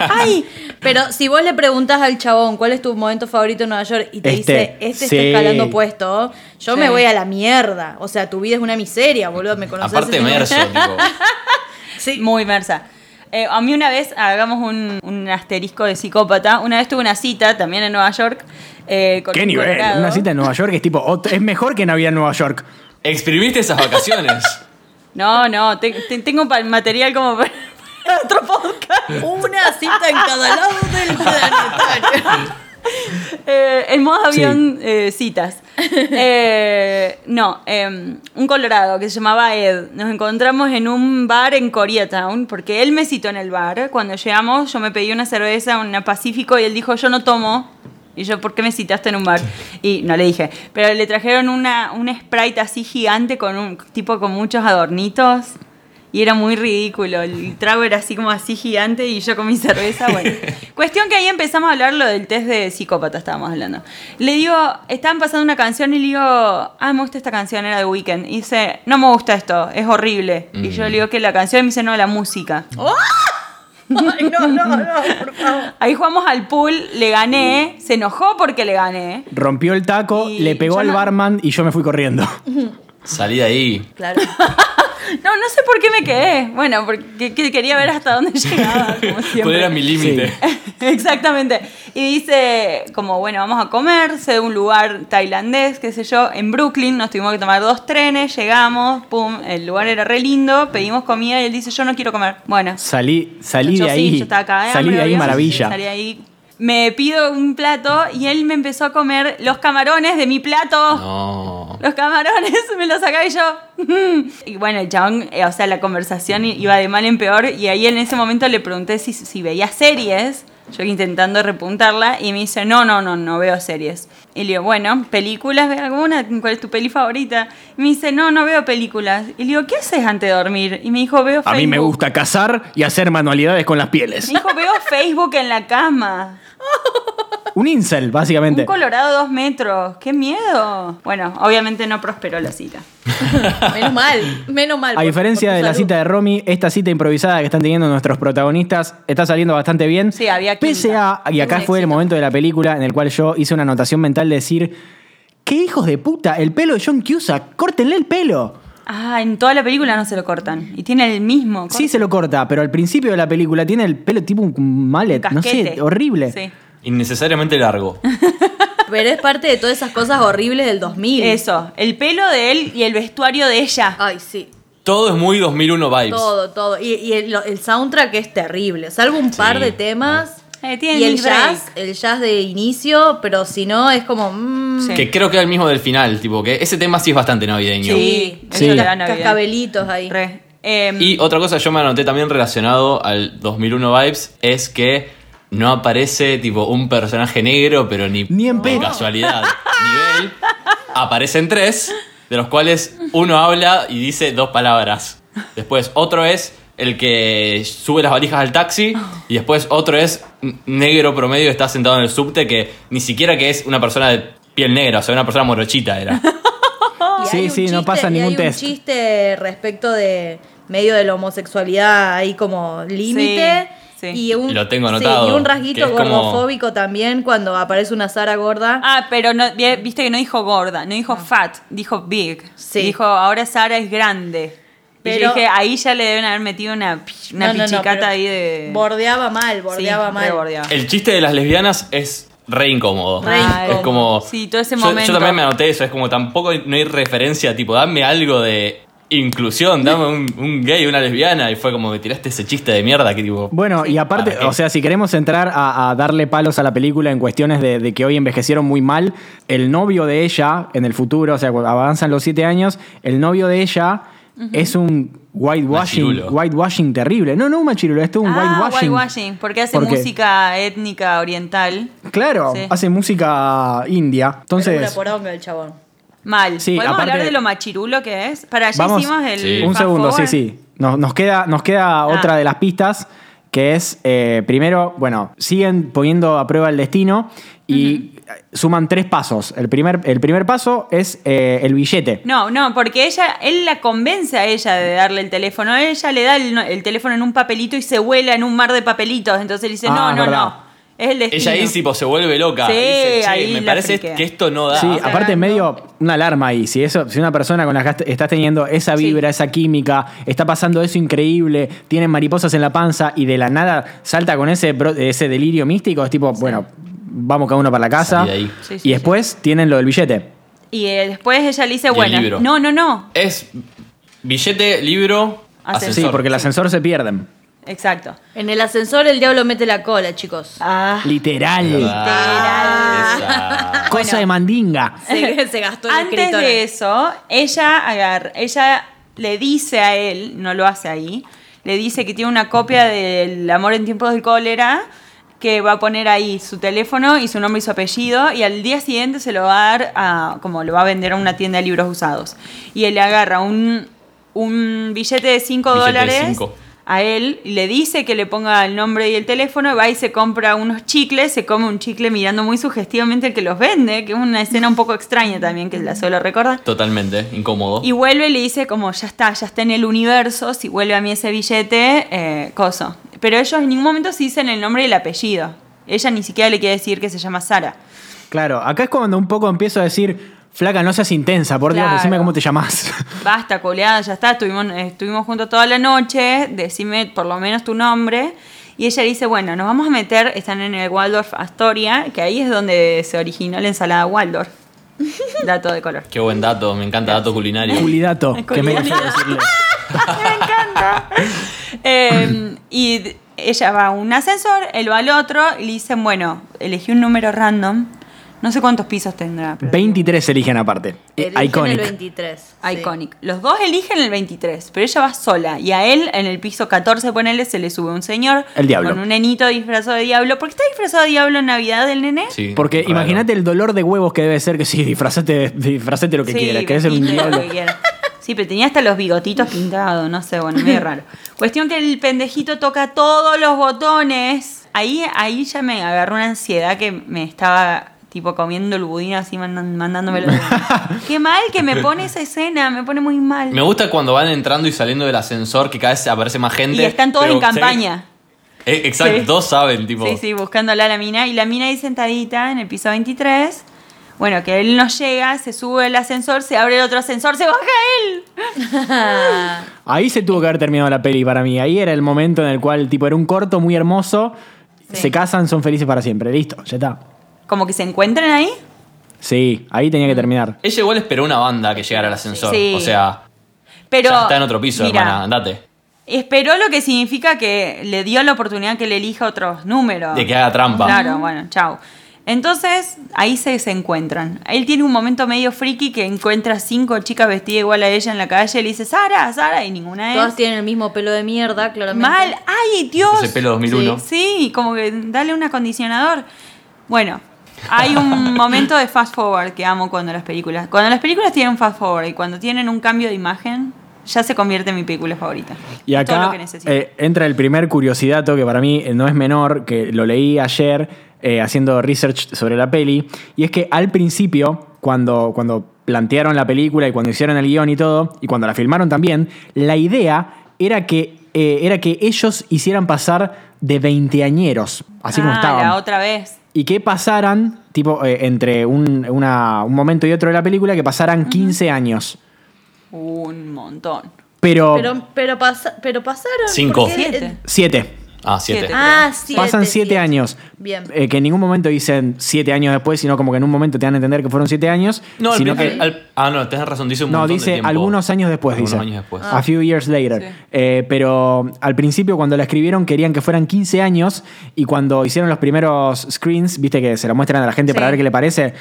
D: ¡Ay! Pero si vos le preguntas al chabón cuál es tu momento favorito en Nueva York y te
C: Este,
D: dice, este
C: sí.
D: está escalando puesto, yo
H: Sí.
D: me voy a la mierda. O sea, tu vida es una miseria, boludo, me conoces.
E: Aparte, Merso, tipo.
D: Sí.
H: Muy inmersa. Eh, a mí una vez, hagamos un, un asterisco de psicópata, una vez tuve una cita también en Nueva York. eh, con
C: ¿Qué
H: un
C: nivel?
H: colorado.
C: Una cita en Nueva York es tipo, ot- es mejor que Navidad en Nueva York.
E: Exprimiste esas vacaciones.
H: No, no, te- te- tengo pa- material como para, para otro podcast.
D: Una cita en cada lado del planetario.
H: Eh, en modo avión, eh, citas. Eh, no, eh, un colorado que se llamaba Ed. Nos encontramos en un bar en Koreatown, porque él me citó en el bar. Cuando llegamos, yo me pedí una cerveza, una Pacífico, y él dijo, yo no tomo. Y yo, ¿por qué me citaste en un bar? Y no le dije. Pero le trajeron una, un Sprite así gigante, con un tipo con muchos adornitos. Y era muy ridículo. El trago era así como así gigante y yo con mi cerveza. Bueno, cuestión que ahí empezamos a hablar lo del test de psicópata, estábamos hablando. Le digo, estaban pasando una canción y le digo, ah, me gusta esta canción, era de Weekend. Y dice, no me gusta esto, es horrible. Y yo le digo que la canción y me dice, no, la música.
D: Ay, no, no, no, por favor.
H: Ahí jugamos al pool, le gané, se enojó porque le gané.
C: Rompió el taco,
H: Y
C: le pegó
H: yo
C: al
H: no-
C: barman y yo me fui corriendo.
E: Salí de ahí.
D: Claro.
H: No, no sé por qué me quedé. Bueno, porque que- quería ver hasta dónde llegaba, como siempre.
E: ¿Cuál era mi límite?
C: Sí.
H: Exactamente. Y dice, como bueno, vamos a comer, sé de un lugar tailandés, qué sé yo, en Brooklyn, nos tuvimos que tomar dos trenes, llegamos, pum, el lugar era re lindo, pedimos comida y él dice, yo no quiero comer. Bueno,
C: Salí, salí
H: yo
C: de
H: sí,
C: ahí.
H: yo estaba eh, cagada de
C: salí
H: hambre,
C: de ahí
H: obvio.
C: maravilla.
H: Salí de ahí. Me pido un plato y él me empezó a comer los camarones de mi plato.
C: Ah.
E: No.
H: Los camarones me los sacaba y yo. "Mm". Y bueno, el chabón, eh, o sea, la conversación i- iba de mal en peor. Y ahí en ese momento le pregunté si, si veía series. Yo intentando repuntarla. Y me dice, no, no, no, no veo series. Y le digo, bueno, ¿películas? ¿Ves alguna? ¿Cuál es tu peli favorita? Y me dice, no, no veo películas. Y le digo, ¿qué haces antes de dormir? Y me dijo, veo Facebook.
C: A mí me gusta cazar y hacer manualidades con las pieles.
H: Me dijo, veo Facebook en la cama.
C: Un incel, básicamente.
H: Un colorado dos metros. ¡Qué miedo! Bueno, obviamente no prosperó la cita.
D: Menos mal, menos mal.
C: A
D: por-
C: diferencia
D: por tu
C: de la
D: salud.
C: cita de Romy, esta cita improvisada que están teniendo nuestros protagonistas está saliendo bastante bien.
H: Sí, había química.
C: Pese a, y acá
D: Un
C: fue el
D: éxito.
C: momento de la película en el cual yo hice una anotación mental de decir, ¿qué hijos de puta? El pelo de John Cusack, córtenle el pelo.
H: Ah, en toda la película no se lo cortan. Y tiene el mismo. corte.
C: Sí, se lo corta, pero al principio de la película tiene el pelo tipo un mallet,
H: Un
C: no sé,
H: casquete.
C: horrible.
H: Sí.
E: Innecesariamente largo.
D: Pero es parte de todas esas cosas horribles del 2000.
H: Eso, el pelo de él y el vestuario de ella.
D: Ay, sí.
E: Todo es muy 2001 vibes.
D: Todo, todo. Y, y el, el soundtrack es terrible. Salvo un
E: Sí.
D: par de temas.
H: Eh, tiene
D: y el
H: Nick Drake.
D: jazz, el jazz de inicio, pero si no es como. mm,
H: Sí.
E: Que creo que era el mismo del final, tipo que ese tema sí es bastante navideño.
H: Sí,
C: Sí.
H: eso
C: Sí.
H: le da Navidad.
D: cascabelitos ahí.
H: Re. Eh,
E: Y otra cosa que yo me anoté también relacionado al 2001 vibes es que no aparece tipo un personaje negro, pero ni,
C: Ni en
E: por
C: pedo.
E: casualidad. Nivel. Aparecen tres, de los cuales uno habla y dice dos palabras. Después otro es el que sube las valijas al taxi y después otro es n- negro promedio que está sentado en el subte que ni siquiera que es una persona de piel negra, o sea, una persona morochita era.
D: Y
C: Sí,
D: hay un
C: sí, no
D: chiste-
C: pasa
D: y
C: ningún
D: hay
C: test.
D: un chiste respecto de medio de la homosexualidad ahí como límite.
H: Sí, sí.
D: Y un,
E: Lo tengo
D: sí,
E: anotado,
D: y un
E: que
D: rasguito
E: es como-
D: gordofóbico también cuando aparece una Sara gorda.
H: Ah, pero no, vi- viste que no dijo gorda, no dijo fat, dijo big.
D: Sí.
H: Dijo, ahora Sara es grande. Pero
D: Pero-
H: dije, ahí ya le deben haber metido una, pi- una
D: No, no, no,
H: pichicata
D: pero
H: ahí de.
D: Bordeaba mal, bordeaba
H: Sí,
D: mal.
H: re bordeaba.
E: El chiste de las lesbianas es re incómodo.
D: Re
E: Es
D: incómodo.
E: como.
H: Ah, Sí, todo ese
E: yo,
H: momento.
E: Yo también me anoté eso. Es como tampoco no hay referencia, tipo, dame algo de inclusión, dame un, un gay, una lesbiana. Y fue como que tiraste ese chiste de mierda que tipo.
C: Bueno, y aparte,
E: ¿Para qué?
C: o sea, si queremos entrar a, a darle palos a la película en cuestiones de, de que hoy envejecieron muy mal, el novio de ella, en el futuro, o sea, cuando avanzan los siete años, el novio de ella es un whitewashing,
E: Machirulo.
C: whitewashing terrible. No, no un machirulo, esto es un
H: ah,
C: whitewashing.
H: whitewashing, porque hace música étnica oriental.
C: Claro,
H: Sí.
C: hace música india.
D: Era una
C: Entonces,
D: poronga el chabón.
H: Mal.
C: Sí,
H: ¿Podemos
C: aparte-
H: hablar de lo machirulo que es? Para allá
C: Vamos-
H: hicimos el.
E: Sí.
C: un
H: fast Ah.
C: segundo, sí,
H: forward.
C: sí. Nos, nos queda, nos queda otra de las pistas que es, eh, primero, bueno, siguen poniendo a prueba el destino y suman tres pasos. El primer, el primer paso es eh, el billete.
H: No, no, porque ella, él la convence a ella de darle el teléfono. Ella le da el, el teléfono en un papelito y se vuela en un mar de papelitos. Entonces él dice,
C: Ah,
H: no,
C: es
H: no,
C: verdad.
H: no. Es el destino.
E: Ella ahí tipo se vuelve loca.
H: Sí,
E: dice, "Che,
H: ahí
E: me
H: la
E: parece
H: friquea.
E: que esto no da.
C: Sí,
H: Ah,
C: aparte
H: cagando.
C: medio una alarma ahí. Si eso, si una persona con la que estás teniendo esa vibra, esa química, está pasando eso increíble, tienen mariposas en la panza y de la nada salta con ese, bro- ese delirio místico, es tipo, bueno, vamos cada uno para la casa.
E: Salí de ahí.
H: Sí, sí,
C: y después tienen lo del billete.
H: Y eh, después ella le dice,
E: el
H: bueno,
E: libro.
H: no, no, no.
E: Es billete, libro,
H: Ascensor.
E: ascensor.
C: Sí, porque el ascensor se pierden.
H: Exacto.
D: En el ascensor el diablo mete la cola, chicos.
H: Ah.
C: Literal.
E: Ah, esa.
C: Cosa de mandinga.
D: Se, se gastó el
H: Antes
D: escritor.
H: de eso, ella agarra, ella le dice a él, no lo hace ahí, le dice que tiene una copia del Amor en tiempos de cólera, que va a poner ahí su teléfono y su nombre y su apellido, y al día siguiente se lo va a dar a, como lo va a vender a una tienda de libros usados. Y él le agarra un, un billete de 5
E: Billete de
H: dólares.
E: cinco.
H: A él y le dice que le ponga el nombre y el teléfono, y va y se compra unos chicles, se come un chicle mirando muy sugestivamente el que los vende, que es una escena un poco extraña también que la suelo recordar.
E: Totalmente, incómodo.
H: Y vuelve y le dice como, ya está, ya está en el universo, si vuelve a mí ese billete, eh, coso. Pero ellos en ningún momento se dicen el nombre y el apellido. Ella ni siquiera le quiere decir que se llama Sara.
C: Claro, acá es cuando un poco empiezo a decir, flaca, no seas intensa, por Dios,
H: Claro.
C: decime cómo te llamás.
H: Basta, coleada, ya está, estuvimos, estuvimos juntos toda la noche, decime por lo menos tu nombre. Y ella dice, bueno, nos vamos a meter, están en el Waldorf Astoria, que ahí es donde se originó la ensalada Waldorf. Dato de color.
E: Qué buen dato, me encanta dato culinario.
C: Culidato, que me dejé decirle.
H: Eh, y d- ella va a un ascensor, él va al otro, y le dicen, bueno, elegí un número random, no sé cuántos pisos tendrá. pero-
C: 23 eligen aparte. Eh,
D: Eligen el
C: Iconic.
D: 23. sí.
H: Iconic. Los dos eligen el 23, pero ella va sola. Y a él, en el piso 14, ponele, se le sube un señor.
C: El diablo.
H: Con un nenito disfrazado de diablo. ¿Por qué está disfrazado de diablo en Navidad el nene?
E: Sí,
C: Porque
E: raro.
C: imagínate el dolor de huevos que debe ser que sí, disfrazate, disfrazate lo que quieras, querés ser un
H: vestite,
C: diablo.
H: lo que quiera. Sí, pero tenía hasta los bigotitos pintados, no sé, bueno, medio raro. Cuestión que el pendejito toca todos los botones. Ahí, ahí ya me agarró una ansiedad que me estaba tipo comiendo el budín así mandan- mandándome los Qué mal que me pone esa escena, me pone muy mal.
E: Me gusta cuando van entrando y saliendo del ascensor que cada vez aparece más gente.
H: y están todos
E: pero
H: en
E: se ve-
H: campaña.
E: Eh, exacto,
H: Sí.
E: todos saben, tipo.
H: Sí, sí, buscándola a la mina. Y la mina ahí sentadita en el piso 23. Bueno, que él no llega, se sube el ascensor, se abre el otro ascensor, se baja él.
C: Ahí se tuvo que haber terminado la peli para mí. Ahí era el momento en el cual, tipo, era un corto muy hermoso. Se casan, son felices para siempre. Listo, ya está.
H: Como que se encuentran ahí.
C: Sí, ahí tenía que terminar.
E: Ella igual esperó una banda que llegara al ascensor.
H: Sí.
E: O sea,
H: Pero.
E: ya está en otro piso,
H: mira,
E: hermana, andate.
H: Esperó lo que significa que le dio la oportunidad que le elija otros números.
E: De que haga trampa.
H: Claro, bueno, chao. Entonces, ahí se, se encuentran. Él tiene un momento medio friki que encuentra cinco chicas vestidas igual a ella en la calle y le dice, Sara, Sara, y ninguna es.
D: Todas tienen el mismo pelo de mierda, claramente.
H: Mal, ay Dios.
E: Ese pelo 2001.
H: Sí, sí, como que dale un acondicionador. Bueno, hay un momento de fast forward que amo cuando las películas. Cuando las películas tienen un fast forward y cuando tienen un cambio de imagen, ya se convierte en mi película favorita.
C: Y
H: Es todo lo
C: acá
H: que necesito.
C: eh, entra el primer curiosidato que para mí eh, no es menor, que lo leí ayer eh, haciendo research sobre la peli. Y es que al principio, cuando, cuando plantearon la película y cuando hicieron el guión y todo, y cuando la filmaron también, la idea era que, eh, era que ellos hicieran pasar de veinteañeros, así como
H: Ah,
C: estaban.
H: La otra vez.
C: Y que pasaran, tipo, eh, entre un, una- un momento y otro de la película, que pasaran 15 años.
H: Un montón.
C: Pero
D: Pero, pero, pasa- pero pasaron.
E: Cinco.
D: ¿por qué?
H: Siete.
C: 7.
E: Ah, siete.
H: Siete.
D: Ah, siete.
C: Pasan siete,
D: siete.
C: años.
D: Bien.
C: Eh, que en ningún momento dicen siete años después, sino como que en un momento te dan a entender que fueron siete años.
E: No, al
C: sino
E: pri-
C: que-
E: al- ah, no, tenés razón, dice un
C: no,
E: montón de
C: dice
E: tiempo.
C: algunos años después,
E: Algunos
C: dice. Ah.
E: años después.
C: A few years later.
H: Ah. Sí.
C: Eh, pero al principio, cuando la escribieron, querían que fueran 15 años. Y cuando hicieron los primeros screens, viste que se lo muestran a la gente
H: Sí.
C: para ver qué le parece.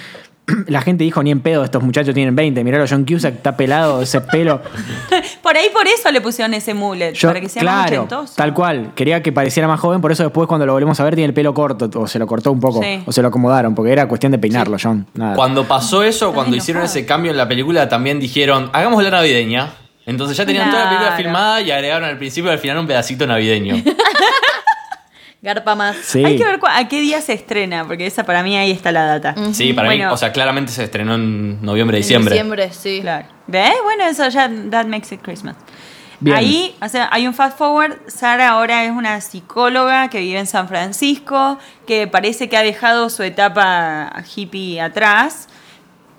C: La gente dijo, ni en pedo, estos muchachos tienen 20. Mirá, John Cusack está pelado, ese pelo.
H: Por ahí por eso le pusieron ese mullet,
C: Yo-
H: para que sea más
C: claro,
H: ochentoso.
C: tal cual. Quería que pareciera más joven, por eso después cuando lo volvemos a ver tiene el pelo corto, o se lo cortó un poco,
H: Sí.
C: o se lo acomodaron, porque era cuestión de peinarlo, John. Nada.
E: Cuando pasó eso, cuando hicieron ese cambio en la película, también dijeron, hagamos la navideña. Entonces ya tenían toda la película
H: Claro.
E: filmada y agregaron al principio y al final un pedacito navideño.
D: Garpa más.
C: Sí.
H: Hay que ver cua- a qué día se estrena, porque esa para mí ahí está la data.
E: Sí, para mí,
H: Bueno.
E: o sea, claramente se estrenó en noviembre,
D: En
E: diciembre.
D: Diciembre, sí.
H: Claro. ¿Ves? Bueno, eso ya, that makes it Christmas.
C: Bien.
H: Ahí, o sea, hay un fast forward. Sara ahora es una psicóloga que vive en San Francisco, que parece que ha dejado su etapa hippie atrás,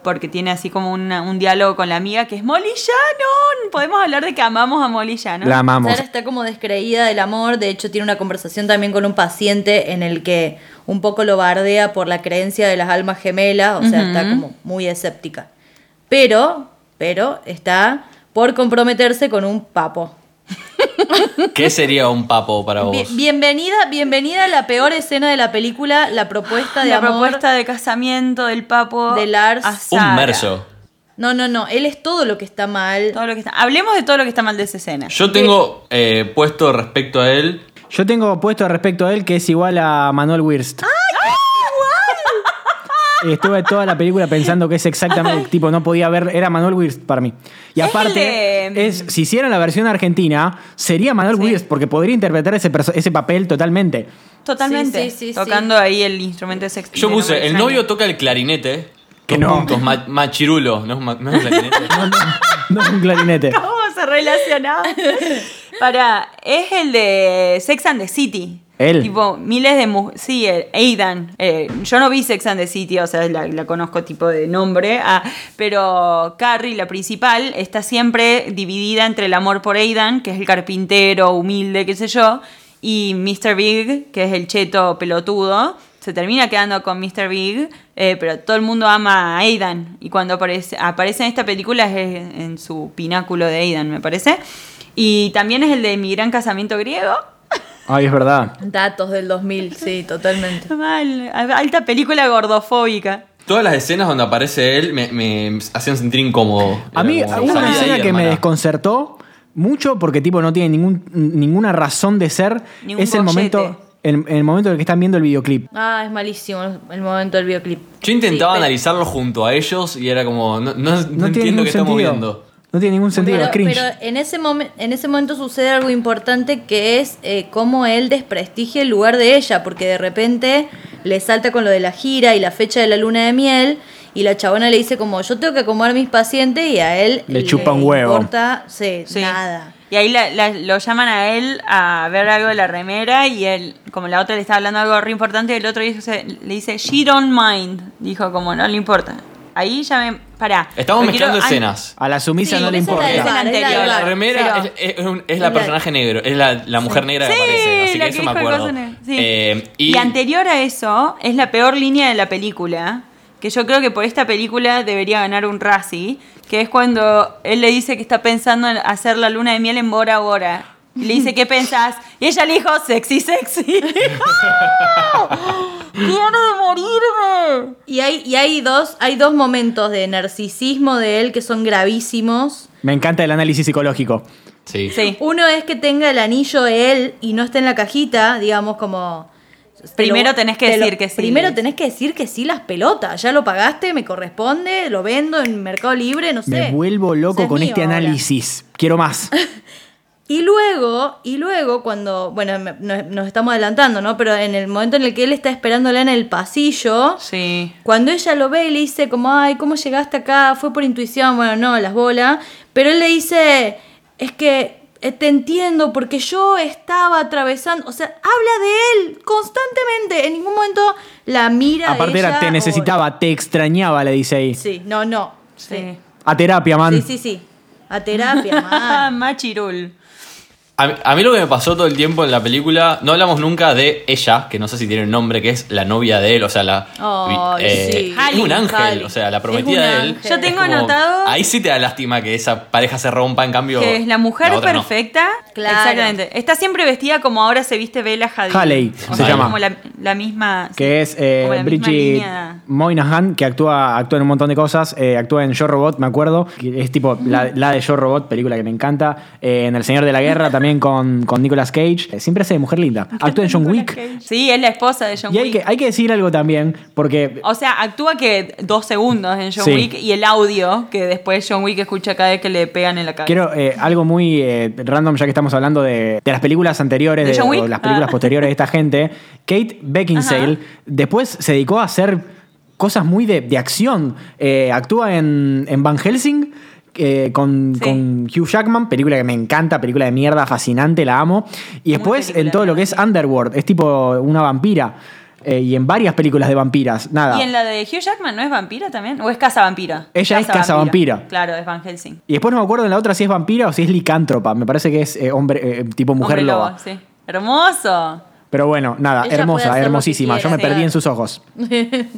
H: porque tiene así como una- un diálogo con la amiga que es Molly Shannon. Podemos hablar de que amamos a Molly Shannon.
C: La amamos.
D: Sara está como descreída del amor, de hecho tiene una conversación también con un paciente en el que un poco lo bardea por la creencia de las almas gemelas, o sea, está como muy escéptica. Pero, pero está por comprometerse con un papo.
E: ¿Qué sería un papo para vos?
D: Bien- bienvenida, bienvenida a la peor escena de la película, la propuesta de
H: Ah, la
D: amor.
H: propuesta de casamiento del papo.
D: De Lars.
H: a
E: un
H: Sara.
E: merso.
D: No, no, no, él es todo lo que está mal.
H: Todo lo que está- Hablemos de todo lo que está mal de esa escena.
E: Yo tengo eh, puesto respecto a él.
C: Yo tengo puesto respecto a él que es igual a Manuel Wirst. Estuve toda la película pensando que es exactamente tipo, no podía ver, era Manuel Wirst para mí. Y
H: Es
C: aparte,
H: el de-
C: es, si hicieran la versión argentina, sería Manuel Wirst, porque podría interpretar ese, perso- ese papel totalmente.
H: Totalmente.
D: Sí, sí, sí,
H: tocando ahí el instrumento de sexto.
E: Yo puse, el novio toca el clarinete.
C: Que
E: Dos
C: no.
E: puntos, ma- machirulo. No, es ma- no es clarinete.
C: No un clarinete.
H: ¿Cómo se relacionaba? Para, es el de Sex and the City.
C: Él.
H: Tipo, miles de mujeres. Sí, el Aidan. Eh, yo no vi Sex and the City, o sea, la, la conozco tipo de nombre. Ah, pero Carrie, la principal, está siempre dividida entre el amor por Aidan, que es el carpintero, humilde, qué sé yo, y Mr. Big, que es el cheto pelotudo. Se termina quedando con Mr. Big, eh, pero todo el mundo ama a Aidan. Y cuando aparece, aparece en esta película es en en su pináculo de Aidan, me parece. Y también es el de mi gran casamiento griego.
C: Ay, es verdad.
D: Datos del 2000, sí, totalmente.
H: Mal, alta película gordofóbica.
E: Todas las escenas donde aparece él me, me hacían sentir incómodo.
C: A mí
E: Era como,
C: hubo
E: "Salí
C: una
E: de
C: escena
E: ahí,
C: que me
E: hermana".
C: desconcertó mucho porque tipo no tiene ningún, ninguna razón de ser.
H: Ningún
C: es el
H: bollete.
C: momento, el, el momento en el que están viendo el videoclip.
D: Ah, es malísimo el momento del videoclip.
E: Yo intentaba
D: Sí, pero-
E: analizarlo junto a ellos y era como, no, no- no
C: No, tiene
E: entiendo
C: ningún
E: qué estamos
C: sentido.
E: viendo.
C: No tiene ningún sentido,
D: Pero,
C: es cringe.
D: pero en, ese momen- en ese momento sucede algo importante que es eh, cómo él desprestigia el lugar de ella, porque de repente le salta con lo de la gira y la fecha de la luna de miel, y la chabona le dice como, yo tengo que acomodar mis pacientes, y a él
C: Le chupa un huevo.
D: importa sí,
H: Sí.
D: nada.
H: Y ahí la- la- lo llaman a él a ver algo de la remera y él, como la otra le estaba hablando algo re importante, el otro dice- le dice, she don't mind. Dijo como, no le importa. Ahí ya me... Pará.
E: Estamos
H: Porque quiero-
E: mezclando
H: ay,
E: escenas.
C: a la sumisa
D: Sí,
C: no le
D: esa es la
C: importa.
D: de
H: escena
D: Bar, es la de
H: anterior.
D: Bar.
E: La remera
H: Pero-
E: es, es un- es la personaje negro, es la, la mujer negra que
H: Sí,
E: aparece, así
H: la
E: que
H: que
E: eso me
H: dijo el
E: acuerdo.
H: coso negro, sí.
E: Eh,
H: y... anterior a eso, es la peor línea de la película, que yo creo que por esta película debería ganar un Razzie, que es cuando él le dice que está pensando en hacer la luna de miel en Bora Bora. Y Le dice, ¿qué pensás? Y ella le dijo, sexy, sexy. ¡Quiero de morirme!
D: Y hay, y hay dos, hay dos momentos de narcisismo de él que son gravísimos.
C: Me encanta el análisis psicológico.
E: sí.
H: Sí.
D: Uno es que tenga el anillo él y no esté en la cajita, digamos como...
H: Primero
D: lo-
H: tenés que
D: te lo-
H: decir que sí.
D: Primero tenés que decir que sí las pelotas. Ya lo pagaste, me corresponde, lo vendo en Mercado Libre, no sé.
C: Me vuelvo
D: Ya
C: loco
D: es
C: con
D: mío
C: este
D: ahora.
C: análisis. Quiero más.
D: Y luego, y luego cuando, bueno, me- nos, nos estamos adelantando, ¿no? Pero en el momento en el que él está esperándola en el pasillo,
H: Sí.
D: Cuando ella lo ve y le dice como, ay, ¿cómo llegaste acá? Fue por intuición, bueno, no, las bolas. Pero él le dice, es que eh, te entiendo porque yo estaba atravesando, o sea, habla de él constantemente, en ningún momento la mira.
C: Aparte
D: ella
C: era, te
D: o-
C: necesitaba, te extrañaba, le dice ahí.
D: Sí, no, no.
H: Sí.
D: Sí,
C: A terapia, man.
D: sí, sí. sí. A terapia, man.
H: Machirul.
E: A, mí- a mí lo que me pasó todo el tiempo en la película, no hablamos nunca de ella, que no sé si tiene un nombre, que es la novia de él, o sea, la... eh,
D: Ay, sí.
E: Es un
H: Hallie,
E: ángel,
D: Hallie.
E: o sea, la
D: Es un
E: prometida de él.
D: ángel.
H: Yo
E: Es
H: tengo
E: como-
H: anotado-
E: Ahí sí te da lástima que esa pareja se rompa, en cambio...
H: Que es la mujer
E: otra no.
H: perfecta.
D: Claro.
H: Exactamente. Está siempre vestida como ahora se viste Bella Hadid.
C: Haley,
H: O
E: se
H: sea,
E: llama.
H: Como la, la misma. sí,
C: Que es eh,
H: como la misma
C: Bridget
H: línea.
C: Moynihan, que actúa, actúa en un montón de cosas. eh, actúa en Yo Robot, me acuerdo. que es tipo la, la de Yo Robot, película que me encanta. eh, en El Señor de la Guerra, también con, con Nicolas Cage. eh, siempre hace de mujer linda. Actúa en John Wick.
H: Sí, es la esposa de John
C: Y hay
H: Wick.
C: que, hay que decir algo también, porque
H: O sea, actúa que dos segundos en John
C: Sí.
H: Wick y el audio que después John Wick escucha cada vez que le pegan en la cabeza.
C: Quiero eh, algo muy eh, random, ya que estamos hablando de, de las películas anteriores,
H: ¿De
C: de,
H: John
C: o
H: Wick?
C: las películas
H: Ah.
C: posteriores de esta gente. Kate Beckinsale después se dedicó a hacer cosas muy de, de acción. Eh, actúa en, en Van Helsing. eh, con,
H: Sí.
C: con Hugh Jackman, película que me encanta, película de mierda, fascinante, la amo. Y después
H: película
C: en todo
H: de
C: lo que es Underworld, es tipo una vampira. eh, y en varias películas de vampiras, nada.
H: Y en la de Hugh Jackman, ¿no es vampira también? ¿O es cazavampira?
C: Ella es cazavampira.
H: Claro, es Van Helsing.
C: Y después no me acuerdo en la otra si es vampira o si es licántropa. Me parece que es eh, hombre, eh, tipo mujer
H: Hombre
C: loba.
H: lobo, sí. Hermoso.
C: Pero bueno, nada,
D: Ella puede
C: hermosa,
D: hacer lo
C: hermosísima.
D: que
C: Yo me
D: quiera,
C: perdí
D: sí.
C: en sus ojos.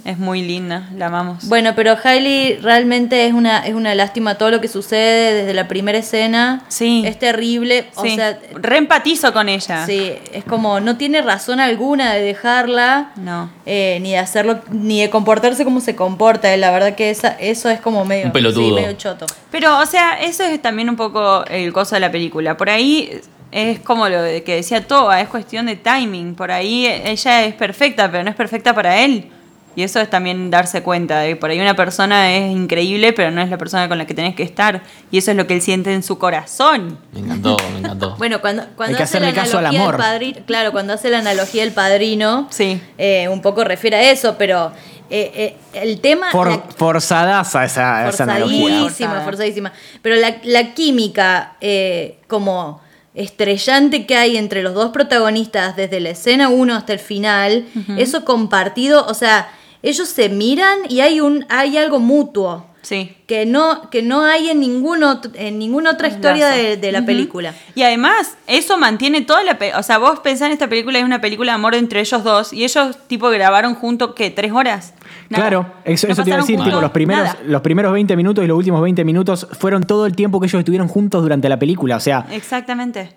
H: Es muy linda, la amamos.
D: Bueno, pero Hailey realmente es una, es una lástima todo lo que sucede desde la primera escena.
H: Sí.
D: Es terrible. O
H: Sí.
D: sea,
H: re empatizo con ella.
D: sí, es como no tiene razón alguna de dejarla.
H: No.
D: eh, ni de hacerlo, ni de comportarse como se comporta. eh. La verdad que esa, eso es como medio,
E: Un pelotudo.
D: sí, medio choto.
H: Pero, o sea, eso es también un poco el coso de la película. Por ahí es como lo de que decía Toa, es cuestión de timing. Por ahí ella es perfecta, pero no es perfecta para él. Y eso es también darse cuenta de que por ahí una persona es increíble, pero no es la persona con la que tenés que estar. Y eso es lo que él siente en su corazón.
E: Me encantó, me encantó.
D: Bueno, cuando, cuando
C: Hay que
D: hace la
C: hacerle caso al
D: analogía del
C: amor.
D: padrino, claro, cuando hace la analogía del padrino,
H: Sí.
D: eh, un poco refiere a eso, pero eh, eh, el tema
C: For-
D: la-
C: forzadaza esa, esa analogía.
D: Forzadísima,
H: Forzada.
D: forzadísima. Pero la, la química eh, como estrellante que hay entre los dos protagonistas desde la escena 1 hasta el final, eso compartido, o sea, ellos se miran y hay un hay algo mutuo
H: Sí.
D: que no que no hay en ningún otro- en ninguna otra historia
H: Lazo.
D: de, de la
H: Ujú.
D: película.
H: Y además, eso mantiene toda la... pe- O sea, vos pensás en esta película, es una película de amor entre ellos dos, y ellos tipo grabaron junto, ¿qué? ¿Tres horas? Nada.
C: Claro, eso,
H: No
C: eso te iba a
H: pasaron
C: decir, tipo,
H: juntos
C: los primeros,
H: nada.
C: los primeros 20 minutos y los últimos 20 minutos fueron todo el tiempo que ellos estuvieron juntos durante la película. O sea,
H: Exactamente.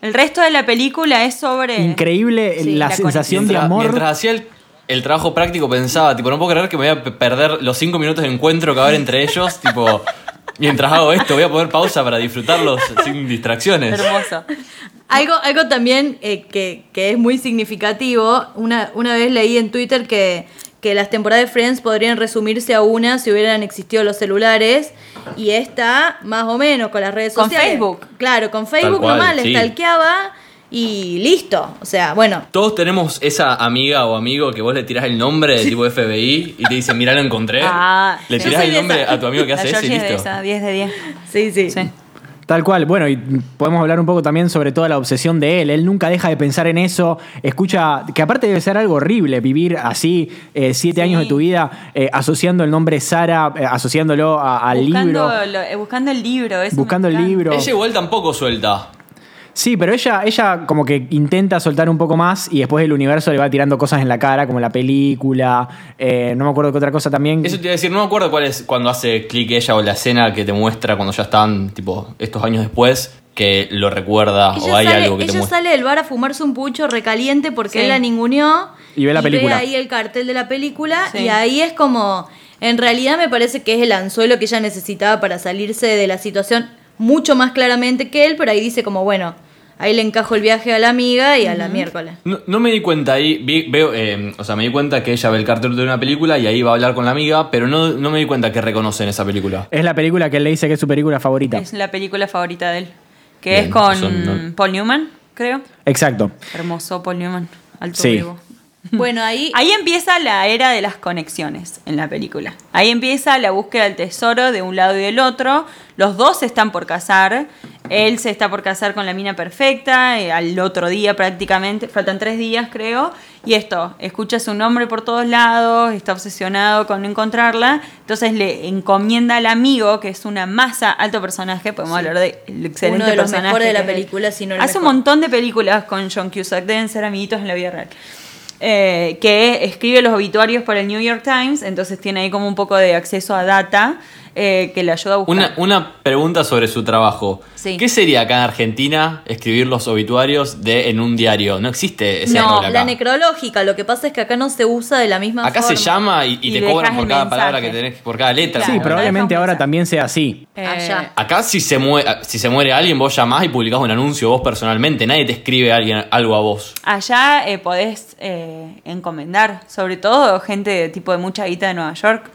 H: El resto de la película es sobre...
C: increíble
H: Sí,
C: la,
H: la
C: sensación de
E: Mientras-
C: amor.
E: Mientras hacía el, el trabajo práctico pensaba, tipo, no puedo creer que me voy a pe- perder los cinco minutos de encuentro que va a haber entre ellos, tipo, mientras hago esto voy a poner pausa para disfrutarlos sin distracciones.
H: Hermoso.
E: ¿Eh?
D: Algo, algo también eh, que, que es muy significativo, una, una vez leí en Twitter que, que las temporadas de Friends podrían resumirse a una si hubieran existido los celulares y esta más o menos con las redes
H: Con
D: sociales.
H: Facebook.
D: Claro, con Facebook
E: cual,
D: nomás,
E: sí.
D: les talqueaba y listo. O sea, bueno,
E: Todos tenemos esa amiga o amigo que vos le tirás el nombre de tipo FBI y te dice, mirá, lo encontré.
H: Ah,
E: le
H: yo
E: tirás
H: soy
E: el
H: de
E: nombre
H: esa.
E: a tu amigo que
H: La
E: hace eso y
H: Georgie es de
E: listo.
H: esa, 10 de 10.
D: sí, sí.
H: Sí.
C: Tal cual, bueno, y mm, podemos hablar un poco también sobre toda la obsesión de él. Él nunca deja de pensar en eso. Escucha, que aparte debe ser algo horrible vivir así eh, siete años de tu vida eh, asociando el nombre Sara, eh, asociándolo a- al libro.
H: Buscando, lo- eh, buscando el libro. eso me
C: Buscando el
H: encanta.
C: libro.
E: Ella igual tampoco suelta.
C: Sí, pero ella, ella como que intenta soltar un poco más y después el universo le va tirando cosas en la cara, como la película, eh, no me acuerdo qué otra cosa también.
E: Eso te iba a decir, no me acuerdo cuál es cuando hace clic ella o la escena que te muestra cuando ya están, tipo, estos años después, que lo recuerda
D: Ella,
E: Ah, o hay
D: sale,
E: algo que te
D: ella
E: muestra.
D: sale del bar a fumarse un pucho recaliente porque
H: Sí.
D: él la ninguneó.
C: Y ve la película.
D: ahí el cartel de la película.
H: Sí.
D: Y ahí es como. En realidad me parece que es el anzuelo que ella necesitaba para salirse de la situación mucho más claramente que él, pero ahí dice como, bueno, ahí le encajo el viaje a la amiga y a la miércoles.
E: No, no me di cuenta ahí, vi- veo, eh, o sea, me di cuenta que ella ve el cartel de una película y ahí va a hablar con la amiga, pero no, no me di cuenta que reconocen esa película.
C: Es la película que él le dice que es su película favorita.
H: Es la película favorita de él. Que
E: Bien,
H: es con
E: eso no-
H: Paul Newman, creo.
C: Exacto.
H: Hermoso Paul Newman. Alto
C: Sí.
H: vivo.
D: Bueno, ahí,
H: Ahí empieza la era de las conexiones en la película. Ahí empieza la búsqueda del tesoro de un lado y del otro. Los dos se están por casar. Él se está por casar con la mina perfecta, eh, al otro día prácticamente, faltan tres días creo. Y esto, escucha su nombre por todos lados, está obsesionado con no encontrarla. Entonces le encomienda al amigo, que es una masa, alto personaje, podemos hablar de el excelente
D: Uno de los
H: personaje
D: mejores de la
H: que es él.
D: película, si no el
H: Hace un
D: mejor.
H: montón de películas con John Cusack, deben ser amiguitos en la vida real. Eh, que escribe los obituarios para el New York Times, entonces tiene ahí como un poco de acceso a data eh, que le ayuda a buscar.
E: Una, una pregunta sobre su trabajo.
H: Sí.
E: ¿Qué sería acá en Argentina escribir los obituarios de en un diario? No existe ese
D: No,
E: rol acá.
D: la necrológica, lo que pasa es que acá no se usa de la misma
E: Acá
D: forma.
E: se llama y, y
H: Y
E: te
H: dejas
E: cobran por
H: el
E: cada
H: mensaje.
E: palabra que tenés, por cada letra.
H: Claro.
C: sí,
E: supongo.
C: probablemente
H: Deja un
C: ahora
H: mensaje.
C: también sea así.
H: Eh,
D: Allá.
E: Acá si se, mue- si se muere alguien, vos llamás y publicás un anuncio vos personalmente. Nadie te escribe a alguien, algo a vos.
H: Allá eh, podés eh, encomendar, sobre todo gente de tipo de mucha guita de Nueva York.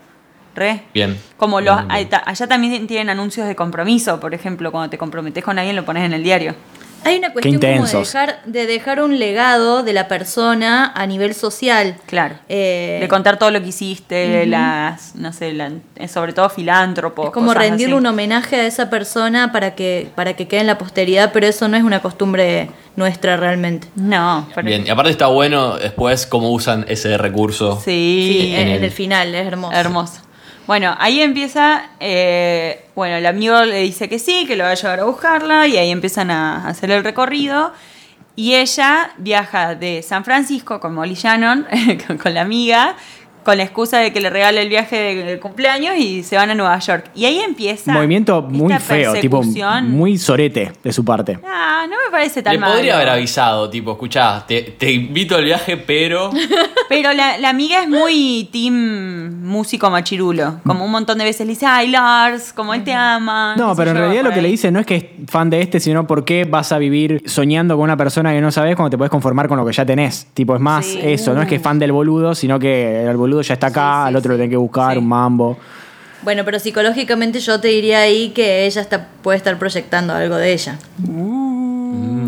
H: Re.
E: Bien.
H: Como los,
E: Bien, bien, bien.
H: allá- allá también tienen anuncios de compromiso, por ejemplo, cuando te comprometes con alguien lo pones en el diario.
D: Hay una cuestión
C: Qué
D: como de
C: intensos.
D: dejar, de dejar un legado de la persona a nivel social.
H: Claro.
D: Eh,
H: de contar todo lo que hiciste, las, no sé, la- eh, sobre todo filántropos.
D: es como
H: cosas
D: rendirle
H: así.
D: un homenaje a esa persona para que, para que quede en la posteridad, pero eso no es una costumbre nuestra realmente.
H: No, pero-
E: Bien, y aparte está bueno después cómo usan ese recurso.
H: Sí,
D: Sí, en,
H: eh,
D: el final, es hermoso.
H: hermoso. Bueno, ahí empieza, eh, bueno, el amigo le dice que sí, que lo va a llevar a buscarla y ahí empiezan a hacer el recorrido. Y ella viaja de San Francisco con Molly Shannon, con, con la amiga, con la excusa de que le regale el viaje de, de cumpleaños y se van a Nueva York. Y ahí empieza...
C: Movimiento
H: esta
C: muy feo, tipo
H: persecución.
C: muy sorete de su parte.
H: Ah, no me parece tan
E: Le
H: malo.
E: podría haber avisado, tipo, escuchá, te, te invito al viaje, pero
H: Pero la, la amiga es muy team músico machirulo. Como un montón de veces le dice, ay, Lars, como él te ama. qué
C: No,
H: sé
C: pero en
H: yo,
C: realidad
H: por
C: lo que
H: ahí.
C: le dice no es que es fan de este, sino por qué vas a vivir soñando con una persona que no sabes cuando te puedes conformar con lo que ya tenés. Tipo, es más
H: Sí.
C: eso, no es que es fan del boludo, sino que el boludo ya está acá, al otro lo tenés que buscar,
H: Sí.
C: un mambo.
D: Bueno, pero psicológicamente yo te diría ahí que ella está, puede estar proyectando algo de ella.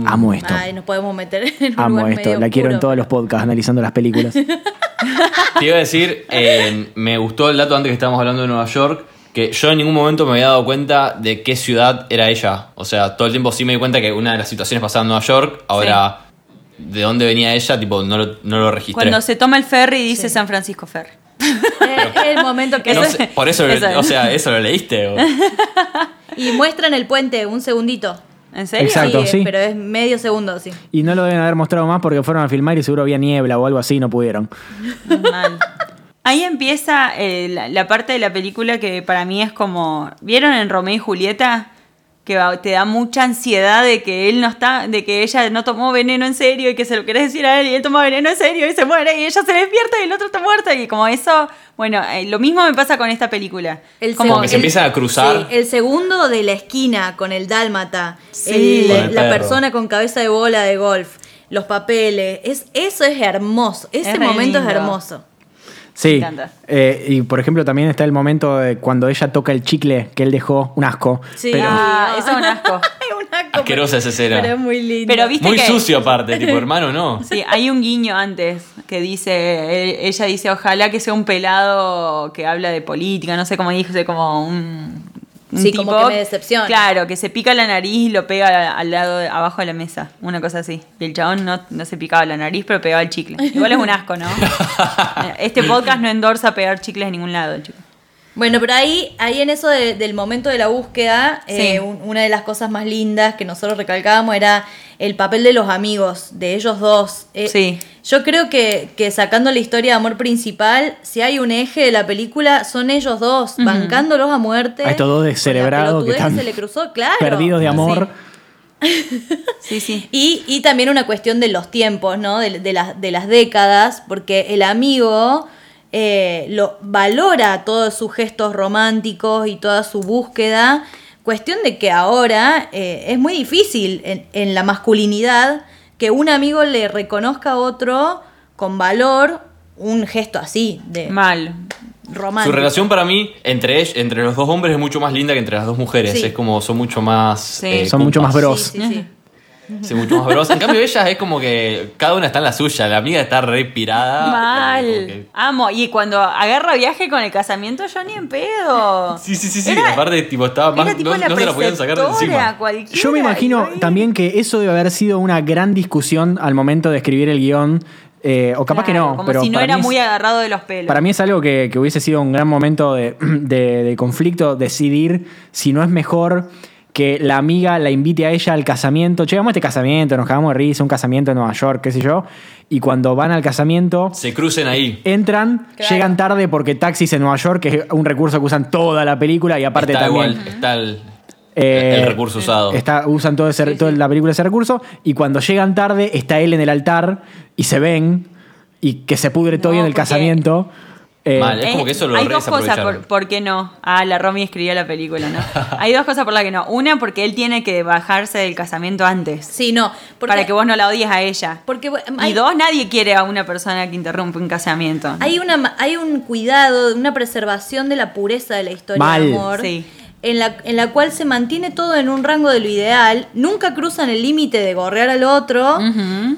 C: Amo esto.
D: Ay, nos podemos meter en un
C: Amo
D: lugar
C: esto. La
D: medio
C: quiero en
D: oscuro.
C: todos los podcasts, analizando las películas.
E: te iba a decir, eh, me gustó el dato antes que estábamos hablando de Nueva York, que yo en ningún momento me había dado cuenta de qué ciudad era ella. O sea, todo el tiempo sí me di cuenta que una de las situaciones pasaba en Nueva York, ahora de dónde venía ella, tipo, no lo, no lo registré.
H: Cuando se toma el ferry dice San Francisco Ferry.
D: Es el momento que...
E: No
H: Eso-
E: sé, por eso,
H: eso-
E: o sea, eso lo leíste. o-
D: Y muestran el puente, un segundito.
H: ¿En serio?
C: Exacto.
D: es-
C: sí.
D: Pero es medio segundo, sí.
C: y no lo deben haber mostrado más porque fueron a filmar y seguro había niebla o algo así, no pudieron.
H: Mal. Ahí empieza eh, la, la parte de la película que para mí es como. ¿Vieron en Romeo y Julieta? Que va- te da mucha ansiedad de que él no está, de que ella no tomó veneno en serio y que se lo querés decir a él y él toma veneno en serio y se muere y ella se despierta y el otro está muerto. Y como eso, bueno, eh, lo mismo me pasa con esta película.
D: El
H: como
E: Como que se
D: el-
E: empiezan a cruzar.
D: sí, el segundo de la esquina con el dálmata. el-
H: Sí.
E: Con el
D: la
E: perro.
D: persona con cabeza de bola de golf. Los papeles. Es, eso es hermoso. Ese
H: Es re
D: momento
H: lindo.
D: es hermoso.
C: Sí.
H: encanta.
C: Eh, y por ejemplo, también está el momento de cuando ella toca el chicle que él dejó, un asco.
D: Sí.
C: Pero
H: Ah, eso es un asco.
D: Es un acto,
E: Asquerosa esa escena.
D: Pero es muy lindo.
H: Pero viste
E: Muy
H: que.
E: sucio aparte, tipo, hermano, no.
H: Sí, hay un guiño antes que dice, e- ella dice, ojalá que sea un pelado que habla de política, no sé cómo dice, como un... un
D: Sí, como que me decepciona.
H: Claro, que se pica la nariz y lo pega al lado, de- abajo de la mesa, una cosa así. Y el chabón no, no se picaba la nariz, pero pegaba el chicle. Igual es un asco, ¿no? Este podcast no endorsa pegar chicles en ningún lado, chicos.
D: Bueno, pero ahí, ahí en eso de- del momento de la búsqueda,
H: Sí.
D: eh, un- una de las cosas más lindas que nosotros recalcábamos era el papel de los amigos, de ellos dos. Eh,
H: Sí.
D: Yo creo que, que sacando la historia de amor principal, si hay un eje de la película, son ellos dos, bancándolos a muerte.
C: A estos dos descerebrados
D: Con la
C: que
D: pelotudez
C: están
D: se le cruzó, claro.
C: perdidos de amor.
H: Sí, sí.
D: Y, y también una cuestión de los tiempos, ¿no? De, de las, de las décadas, porque el amigo eh, lo valora todos sus gestos románticos y toda su búsqueda. Cuestión de que ahora eh, es muy difícil en, en la masculinidad que un amigo le reconozca a otro con valor un gesto así de
H: Mal.
D: romántico.
E: Su relación para mí entre, ell- entre los dos hombres es mucho más linda que entre las dos mujeres.
D: Sí.
E: Es como son mucho más. eh,
C: Son mucho más
E: compas.
C: bros.
D: Sí, sí, sí.
E: Son mucho más bros. En cambio, ellas es como que cada una está en la suya. La amiga está re pirada. Como
H: Mal.
E: que-
H: Amo. Y cuando agarra viaje con el casamiento, yo ni en pedo.
E: Sí, sí, sí, sí.
H: Era-
E: Aparte, tipo, estaba más.
H: Era tipo
E: no
H: la
E: no se la podían sacar de
H: preceptora,
E: encima.
H: cualquiera,
C: Yo me imagino
H: iba ahí.
C: también que eso debe haber sido una gran discusión al momento de escribir el guión. eh, o capaz
H: Claro,
C: que no,
H: Como
C: pero
H: si no
C: para
H: era
C: mí es-
H: muy agarrado de los pelos.
C: Para mí es algo que, que hubiese sido un gran momento de, de- de conflicto, decidir si no es mejor que la amiga la invite a ella al casamiento. Che, vamos a este casamiento, nos cagamos de risa, un casamiento en Nueva York, qué sé yo. Y cuando van al casamiento,
E: Se crucen ahí.
C: entran,
D: Claro.
C: llegan tarde porque taxis en Nueva York, que es un recurso que usan toda la película y aparte
E: está
C: también.
E: igual, está el,
C: Eh,
E: el recurso usado.
C: Está, usan todo ese, toda la película ese recurso. Y cuando llegan tarde, está él en el altar y se ven. Y que se pudre todo
H: No,
C: bien el
H: porque-
C: casamiento. Eh,
E: Mal, Es como que eso lo
H: Hay dos cosas
E: redesaprovecharon.
H: por, por qué no. Ah, la Romy escribió la película, ¿no? Hay dos cosas por las que no. Una, porque él tiene que bajarse del casamiento antes.
D: Sí, no. Porque,
H: Para que vos no la odies a ella.
D: Porque bueno,
H: y
D: hay,
H: dos, nadie quiere a una persona que interrumpe un casamiento.
D: hay, una, ma- hay un cuidado, una preservación de la pureza de la historia
C: Mal.
D: de amor.
H: Sí.
D: En la, en la cual se mantiene todo en un rango de lo ideal, nunca cruzan el límite de gorrear al otro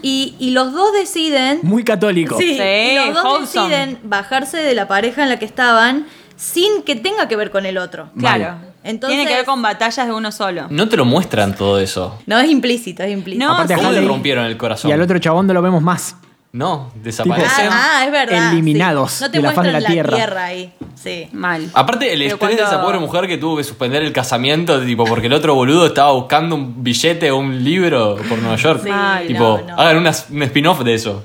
D: y, y los dos deciden
C: muy católico.
D: Sí,
H: Sí,
D: y los dos
H: wholesome.
D: deciden bajarse de la pareja en la que estaban sin que tenga que ver con el otro.
H: Claro.
D: Entonces-
H: tiene que ver con batallas de uno solo.
E: No te lo muestran todo eso.
D: No, es implícito, es implícito.
H: No,
C: Aparte a
H: sí.
E: ¿Cómo le
C: Harley-
E: rompieron el corazón?
C: Y al otro chabón no lo vemos más.
E: No,
C: Tipo-
E: desaparecen.
D: Ah, ah, es verdad.
C: Eliminados
D: sí. No te
C: de la faz de
D: muestran
C: la tierra.
D: ahí. Sí.
H: Mal.
E: Aparte, el
H: Pero
E: estrés de
H: cuando-
E: esa pobre mujer que tuvo que suspender el casamiento, tipo, porque el otro boludo estaba buscando un billete o un libro por Nueva York.
D: Sí,
H: Mal.
E: tipo,
D: no, no.
E: hagan una- un spin-off de eso.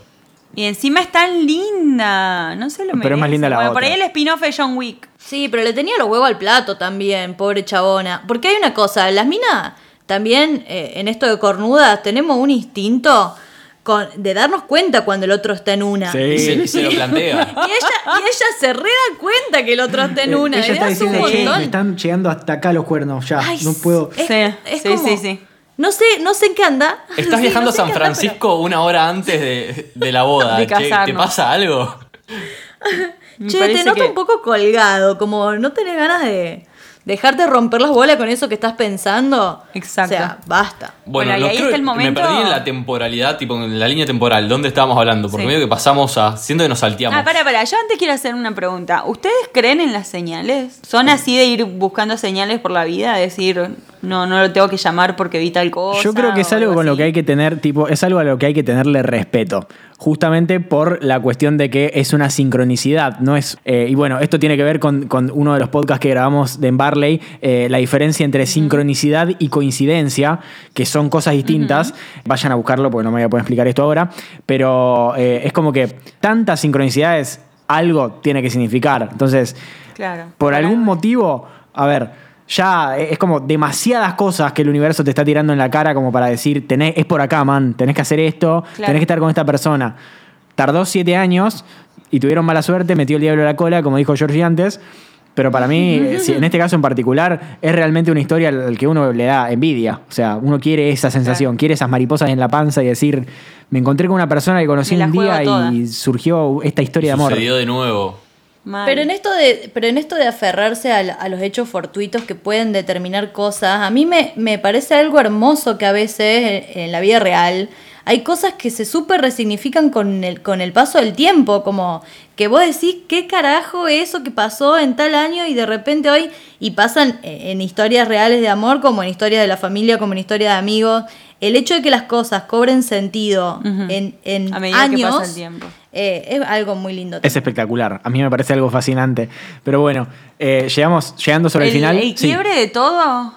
H: Y encima es tan linda. No se lo merece.
C: Pero es más linda la
H: Bueno, por
C: otra.
H: ahí el spin-off es John Wick.
D: Sí, pero le tenía los huevos al plato también, pobre chabona. Porque hay una cosa, las minas también eh, en esto de cornudas tenemos un instinto con- de darnos cuenta cuando el otro está en una.
E: Y
C: Sí.
E: se, se lo plantea.
D: Y ella, y ella se re da cuenta que el otro está en una.
C: Eh, Ella
D: le
C: está
D: das un
C: diciendo, che,
D: montón".
C: me están llegando hasta acá los cuernos, ya.
D: Ay,
C: no puedo.
D: Es,
H: Sí,
D: es
H: sí,
D: como-
H: sí, sí.
D: No sé, no sé en qué anda.
E: Estás
D: Sí, no
E: viajando a
D: sé en
E: San
D: qué anda,
E: Francisco una hora antes de, de la boda.
H: De
E: Che, ¿Te
H: casarnos.
E: pasa algo?
D: pero-
H: Me
D: Che,
H: parece
D: te noto
H: que-
D: un poco colgado, como no tenés ganas de dejarte romper las bolas con eso que estás pensando.
H: Exacto.
D: O sea, basta.
E: Bueno,
H: Bueno, y
E: lo
H: ahí
E: creo-
H: está el momento-
E: me perdí en la temporalidad, tipo en la línea temporal, ¿dónde estábamos hablando? Porque
H: Sí.
E: medio que pasamos a. Siento que nos salteamos.
H: Ah, para, para. Yo antes quiero hacer una pregunta. ¿Ustedes creen en las señales? ¿Son así de ir buscando señales por la vida? Decir, no, no lo tengo que llamar porque vi tal cosa.
C: Yo creo que es
H: o
C: algo con lo
H: así.
C: que hay que tener, tipo, es algo a lo que hay que tenerle respeto. Justamente por la cuestión de que es una sincronicidad, no es. eh, y bueno, esto tiene que ver con, con uno de los podcasts que grabamos de en Barley, eh, la diferencia entre sincronicidad y coincidencia, que son cosas distintas. Vayan a buscarlo porque no me voy a poder explicar esto ahora. Pero eh, es como que tantas sincronicidades, algo tiene que significar. Entonces,
H: Claro.
C: por
H: Para-
C: algún motivo, a ver, ya es como demasiadas cosas que el universo te está tirando en la cara como para decir, tenés, es por acá, man, tenés que hacer esto,
H: Claro.
C: tenés que estar con esta persona. Tardó siete años y tuvieron mala suerte, metió el diablo a la cola, como dijo Georgie antes. Pero para mí, eh, si- en este caso en particular, es realmente una historia al al que uno le da envidia. O sea, uno quiere esa sensación, quiere esas mariposas en la panza y decir, me encontré con una persona que conocí
H: Me la
C: un
H: juego
C: día
H: toda.
C: y surgió esta historia de amor.
E: Sucedió de nuevo.
H: Mal.
D: Pero en esto de, pero en esto de aferrarse al- a, los hechos fortuitos que pueden determinar cosas, a mí me, me parece algo hermoso que a veces eh, en, en la vida real hay cosas que se súper resignifican con el, con el paso del tiempo, como que vos decís qué carajo es eso que pasó en tal año y de repente hoy, y pasan eh, en, en historias reales de amor, como en historias de la familia, como en historias de amigos. El hecho de que las cosas cobren sentido
H: Ujú.
D: en, en
H: A medida que
D: años
H: pasa el tiempo.
D: eh, es algo muy lindo.
C: Es espectacular. A mí me parece algo fascinante. Pero bueno, eh, llegamos, llegando sobre el, final. sí.
H: quiebre de todo.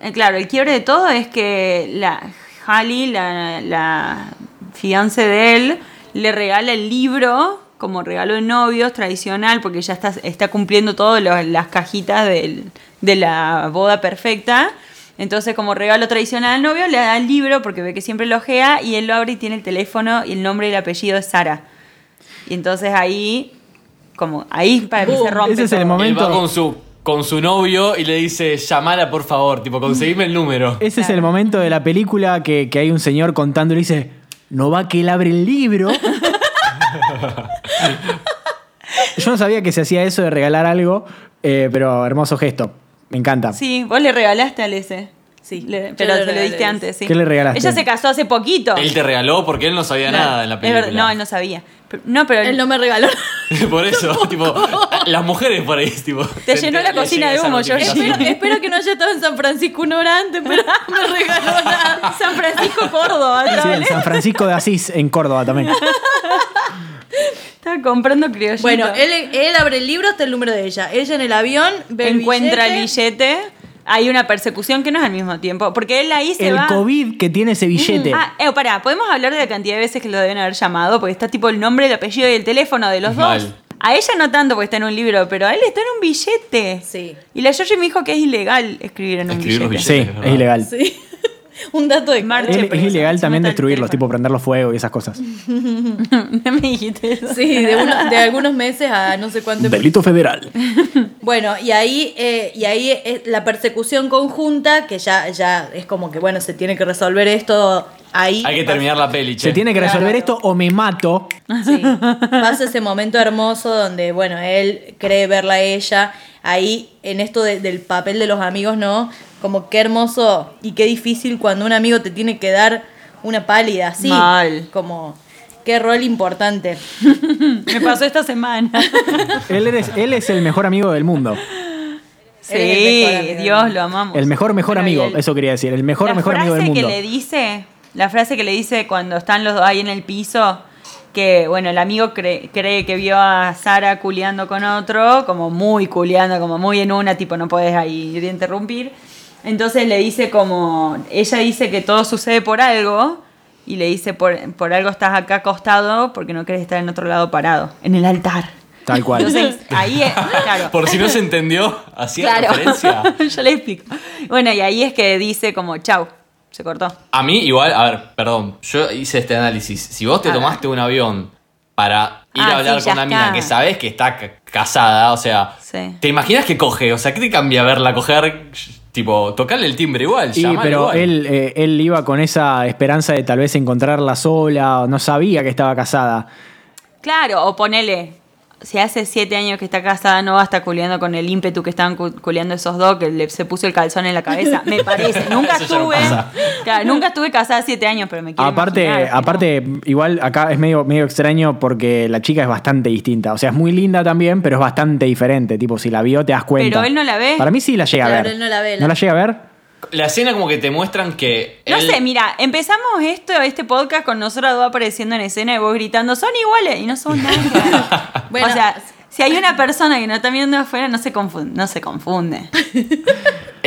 H: eh, claro, el quiebre de todo es que la Halley, la, la fiance de él, le regala el libro como regalo de novios tradicional, porque ya está, está cumpliendo todas las cajitas del- de la boda perfecta. Entonces, como regalo tradicional al novio, le da el libro porque ve que siempre lo ojea y él lo abre y tiene el teléfono y el nombre y el apellido es Sara. Y entonces ahí, como ahí para mí se rompe.
C: Ese es el
H: todo.
C: momento.
E: Él va con su, con su novio y le dice: llamala por favor, tipo, conseguime el número.
C: Ese es el momento de la película que, que hay un señor contando y le dice: No va que él abre el libro. Yo no sabía que se hacía eso de regalar algo, eh, pero hermoso gesto. Me encanta.
H: Sí, vos le regalaste al ese.
D: Sí,
H: Le-
D: yo
H: pero
D: le
H: se lo
D: regalé
H: diste
D: ese.
H: antes, sí.
C: ¿Qué le regalaste?
H: Ella se casó hace poquito.
E: Él te regaló porque él no sabía
H: Claro,
E: nada en la
H: es verdad,
E: película.
H: no, él no sabía. Pero- no, pero
D: Él no me regaló.
E: Por eso, tipo, las mujeres por ahí, tipo.
H: Te llenó la cocina de humo, Georgie.
D: espero, espero que no haya estado en San Francisco una hora antes, pero no me regaló nada.
H: San Francisco Córdoba,
C: Sí,
H: ¿no?
C: en San Francisco de Asís, en Córdoba también.
H: Estaba comprando criollito.
D: Bueno, él, él abre el libro hasta el número de ella. Ella en el avión ve el
H: encuentra el billete. hay una persecución que no es al mismo tiempo. Porque él ahí se
C: El
H: va.
C: COVID que tiene ese billete.
H: Ah, eh, pará, podemos hablar de la cantidad de veces que lo deben haber llamado, porque está tipo el nombre, el apellido y el teléfono de los dos.
E: Mal.
H: A ella no tanto porque está en un libro, pero a él está en un billete.
D: Sí.
H: Y la Georgie me dijo que es ilegal escribir en un
E: Escribir
H: billete.
E: los
C: Sí,
E: Es
C: es,
E: verdad.
C: ilegal.
D: Sí. Un dato de
H: Marche,
C: Es,
H: Sí,
C: es
H: porque
C: ilegal
H: encima
C: también
H: está el
C: destruirlos,
H: teléfono.
C: tipo prenderlo fuego y esas cosas.
H: no me dijiste eso.
D: Sí, de, uno- de algunos meses a no sé cuánto.
C: Delito federal.
D: Bueno, y ahí, eh, y ahí eh, la persecución conjunta, que ya, ya es como que, bueno, se tiene que resolver esto ahí.
E: Hay que terminar la peli, che.
C: Se tiene que resolver
D: Claro.
C: esto o me mato.
D: Sí. Pasa ese momento hermoso donde, bueno, él cree verla a ella. Ahí, en esto de- del papel de los amigos, ¿no? Como qué hermoso y qué difícil cuando un amigo te tiene que dar una pálida así.
H: Mal.
D: Como qué rol importante.
H: Me pasó esta semana.
C: Él, eres- él es el mejor amigo del mundo.
H: sí,
D: mejor amigo.
H: Dios, lo amamos.
C: El mejor, mejor
D: Bueno, y
C: amigo.
D: el-
C: Eso quería decir. El mejor,
H: la
C: mejor
H: frase
C: amigo del
H: que
C: mundo.
H: le dice, la frase que le dice cuando están los dos ahí en el piso, que bueno, el amigo cree, cree que vio a Sara culeando con otro, como muy culeando, como muy en una, tipo no puedes ahí ir a interrumpir. Entonces le dice como, ella dice que todo sucede por algo y le dice por, por algo estás acá acostado porque no querés estar en otro lado parado, en el altar.
C: Tal cual.
H: Entonces ahí es, claro.
E: Por si no se entendió, hacía referencia.
H: Yo le explico. Bueno, y ahí es que dice como, chau, se cortó.
E: A mí igual, a ver, perdón, yo hice este análisis. Si vos te
H: A ver.
E: tomaste un avión para ir
H: Ah,
E: a hablar
H: sí, ya
E: con la mina
H: está.
E: que sabés que está ca- casada, o sea,
H: Sí.
E: ¿te imaginas que coge? O sea, ¿qué te cambia verla coger? Tipo, tocarle el timbre igual,
C: Y,
E: llamar
C: pero
E: igual.
C: él, eh, él iba con esa esperanza de tal vez encontrarla sola, o no sabía que estaba casada.
H: Claro, o ponele, si hace siete años que está casada, no va a estar culeando con el ímpetu que estaban cu- culeando esos dos, que le, se puso el calzón en la cabeza, me parece. Nunca
E: Eso ya no
H: estuve,
E: pasa.
H: claro, nunca estuve casada siete años, pero me quiero
C: Aparte,
H: imaginar que
C: aparte igual acá es medio, medio extraño porque la chica es bastante distinta. O sea, es muy linda también, pero es bastante diferente. Tipo, si la vio, te das cuenta.
H: Pero él no la ve.
C: Para mí sí la llega a
D: Claro,
C: ver.
D: él no la ve, la-
C: ¿No la llega a ver?
E: La escena como que te muestran que...
H: No
E: él-
H: sé, mira, empezamos esto, este podcast con nosotros dos apareciendo en escena y vos gritando, son iguales y no son nada.
D: Bueno.
H: o sea, si hay una persona que no está viendo afuera, no se confunde. No se confunde.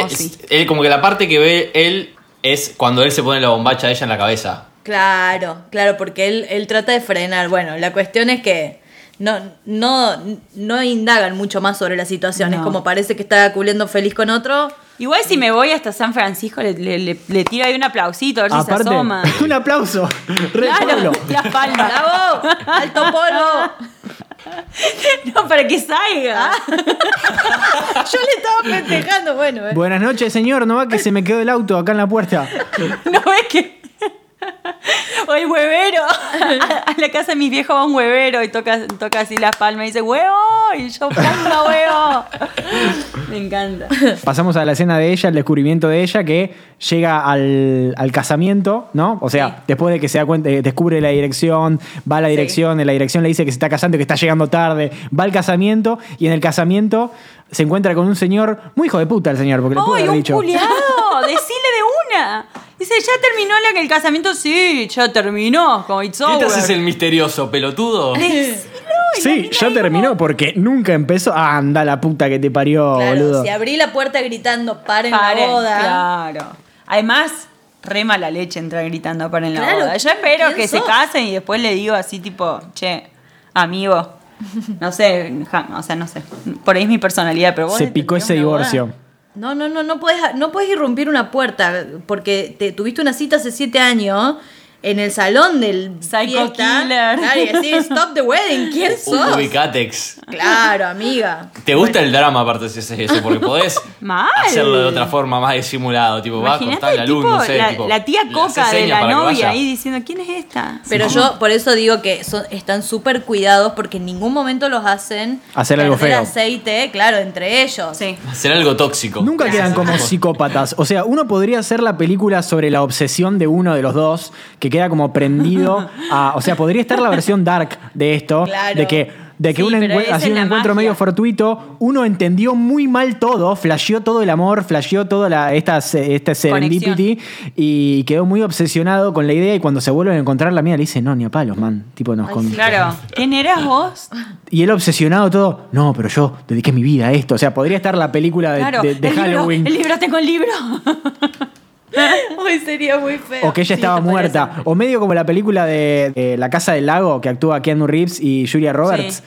H: O
E: es-
H: sí.
E: él como que la parte que ve él es cuando él se pone la bombacha a ella en la cabeza.
D: Claro, claro, porque él, él trata de frenar. Bueno, la cuestión es que no, no, no indagan mucho más sobre la situación. Es
H: No.
D: como parece que está culiendo feliz con otro.
H: Igual si me voy hasta San Francisco, le, le, le- le tiro ahí un aplausito a ver si se asoma.
C: Aparte, un aplauso. Re pueblo.
H: las palmas.
D: ¡Bravo! ¡Alto polvo!
H: No, para que salga.
D: Yo le estaba festejando, bueno. eh.
C: Buenas noches, señor. No va que se me quedó el auto acá en la puerta.
H: No ves que. O el huevero. A, a la casa de mis viejos va un huevero y toca, toca así las palmas y dice, ¡huevo! Y yo, ¡palma, huevo! Me encanta.
C: Pasamos a la escena de ella, el descubrimiento de ella, que llega al, al casamiento, ¿no? O sea,
H: Sí.
C: después de que se da cuenta, eh, descubre la dirección, va a la dirección, en la dirección le dice que se está casando, que está llegando tarde, va al casamiento y en el casamiento se encuentra con un señor, muy hijo de puta el señor, porque le pudo
H: ¡Uy,
C: haber
H: un
C: dicho.
H: culiado! ¡Decile de una! Dice, ¿ya terminó la, el casamiento? Sí, ya terminó. Como it's
E: ¿Qué
H: over.
E: te haces el misterioso, pelotudo?
C: Sí, ya terminó porque nunca empezó. Ah, anda la puta que te parió,
D: claro,
C: Oh, boludo.
D: si abrí la puerta gritando paren,
H: Paren,
D: la boda.
H: Claro. Además, re mala leche entrar gritando para en la
D: Claro,
H: boda. Yo espero
D: ¿quién
H: que se
D: sos?
H: casen y después le digo así tipo, che, amigo. No sé, ja- o sea, no sé. Por ahí es mi personalidad, pero vos.
C: Se picó
H: tendrías
C: ese
H: una
C: divorcio.
H: boda.
D: No, no, no, no puedes, no puedes irrumpir una puerta porque te tuviste una cita hace siete años en el salón del
H: Psycho
D: fiesta.
H: killer.
D: Claro, y decir, stop the wedding, ¿quién sos?
E: Ubicatex.
D: Claro, amiga.
E: Te gusta el drama aparte si haces eso, porque podés
H: Mal.
E: hacerlo de otra forma más disimulado, tipo, va a cortar
H: Imaginate
E: la
H: tipo,
E: luz, no sé,
H: la,
E: tipo,
H: la tía
E: le
H: coca
E: haces
H: de
E: señas
H: la
E: para que
H: novia
E: vaya.
H: ahí diciendo, ¿quién es esta?
D: Pero yo por eso digo que son- están súper cuidados porque en ningún momento los hacen
C: Hacer algo
D: perder
C: feo.
D: aceite, claro, entre ellos.
H: Sí.
E: Hacer algo tóxico.
C: Nunca quedan como psicópatas. O sea, uno podría hacer la película sobre la obsesión de uno de los dos, que queda como prendido a. O sea, podría estar la versión dark de esto,
D: Claro.
C: de que de que
H: Sí,
C: un,
H: pero
C: encue-
H: esa
C: ha sido
H: es
C: un
H: la
C: encuentro
H: magia.
C: medio fortuito, uno entendió muy mal todo, flasheó todo el amor, flasheó toda la, esta, se- esta serendipity y quedó muy obsesionado con la idea y cuando se vuelven a encontrar la mía le dice, no, ni a palos, man. Tipo, nos con-
H: Claro. ¿Quién eras vos?
C: Y él obsesionado todo, no, pero yo dediqué mi vida a esto. O sea, podría estar la película de,
H: Claro.
C: de- de
H: el, libro,
C: Halloween.
H: el libro, tengo el libro.
D: Uy, sería muy feo.
C: O que ella
D: Sí,
C: estaba
D: te podría
C: muerta.
D: hacer.
C: O medio como la película de, de La Casa del Lago que actúa Keanu Reeves y Julia Roberts.
H: Sí.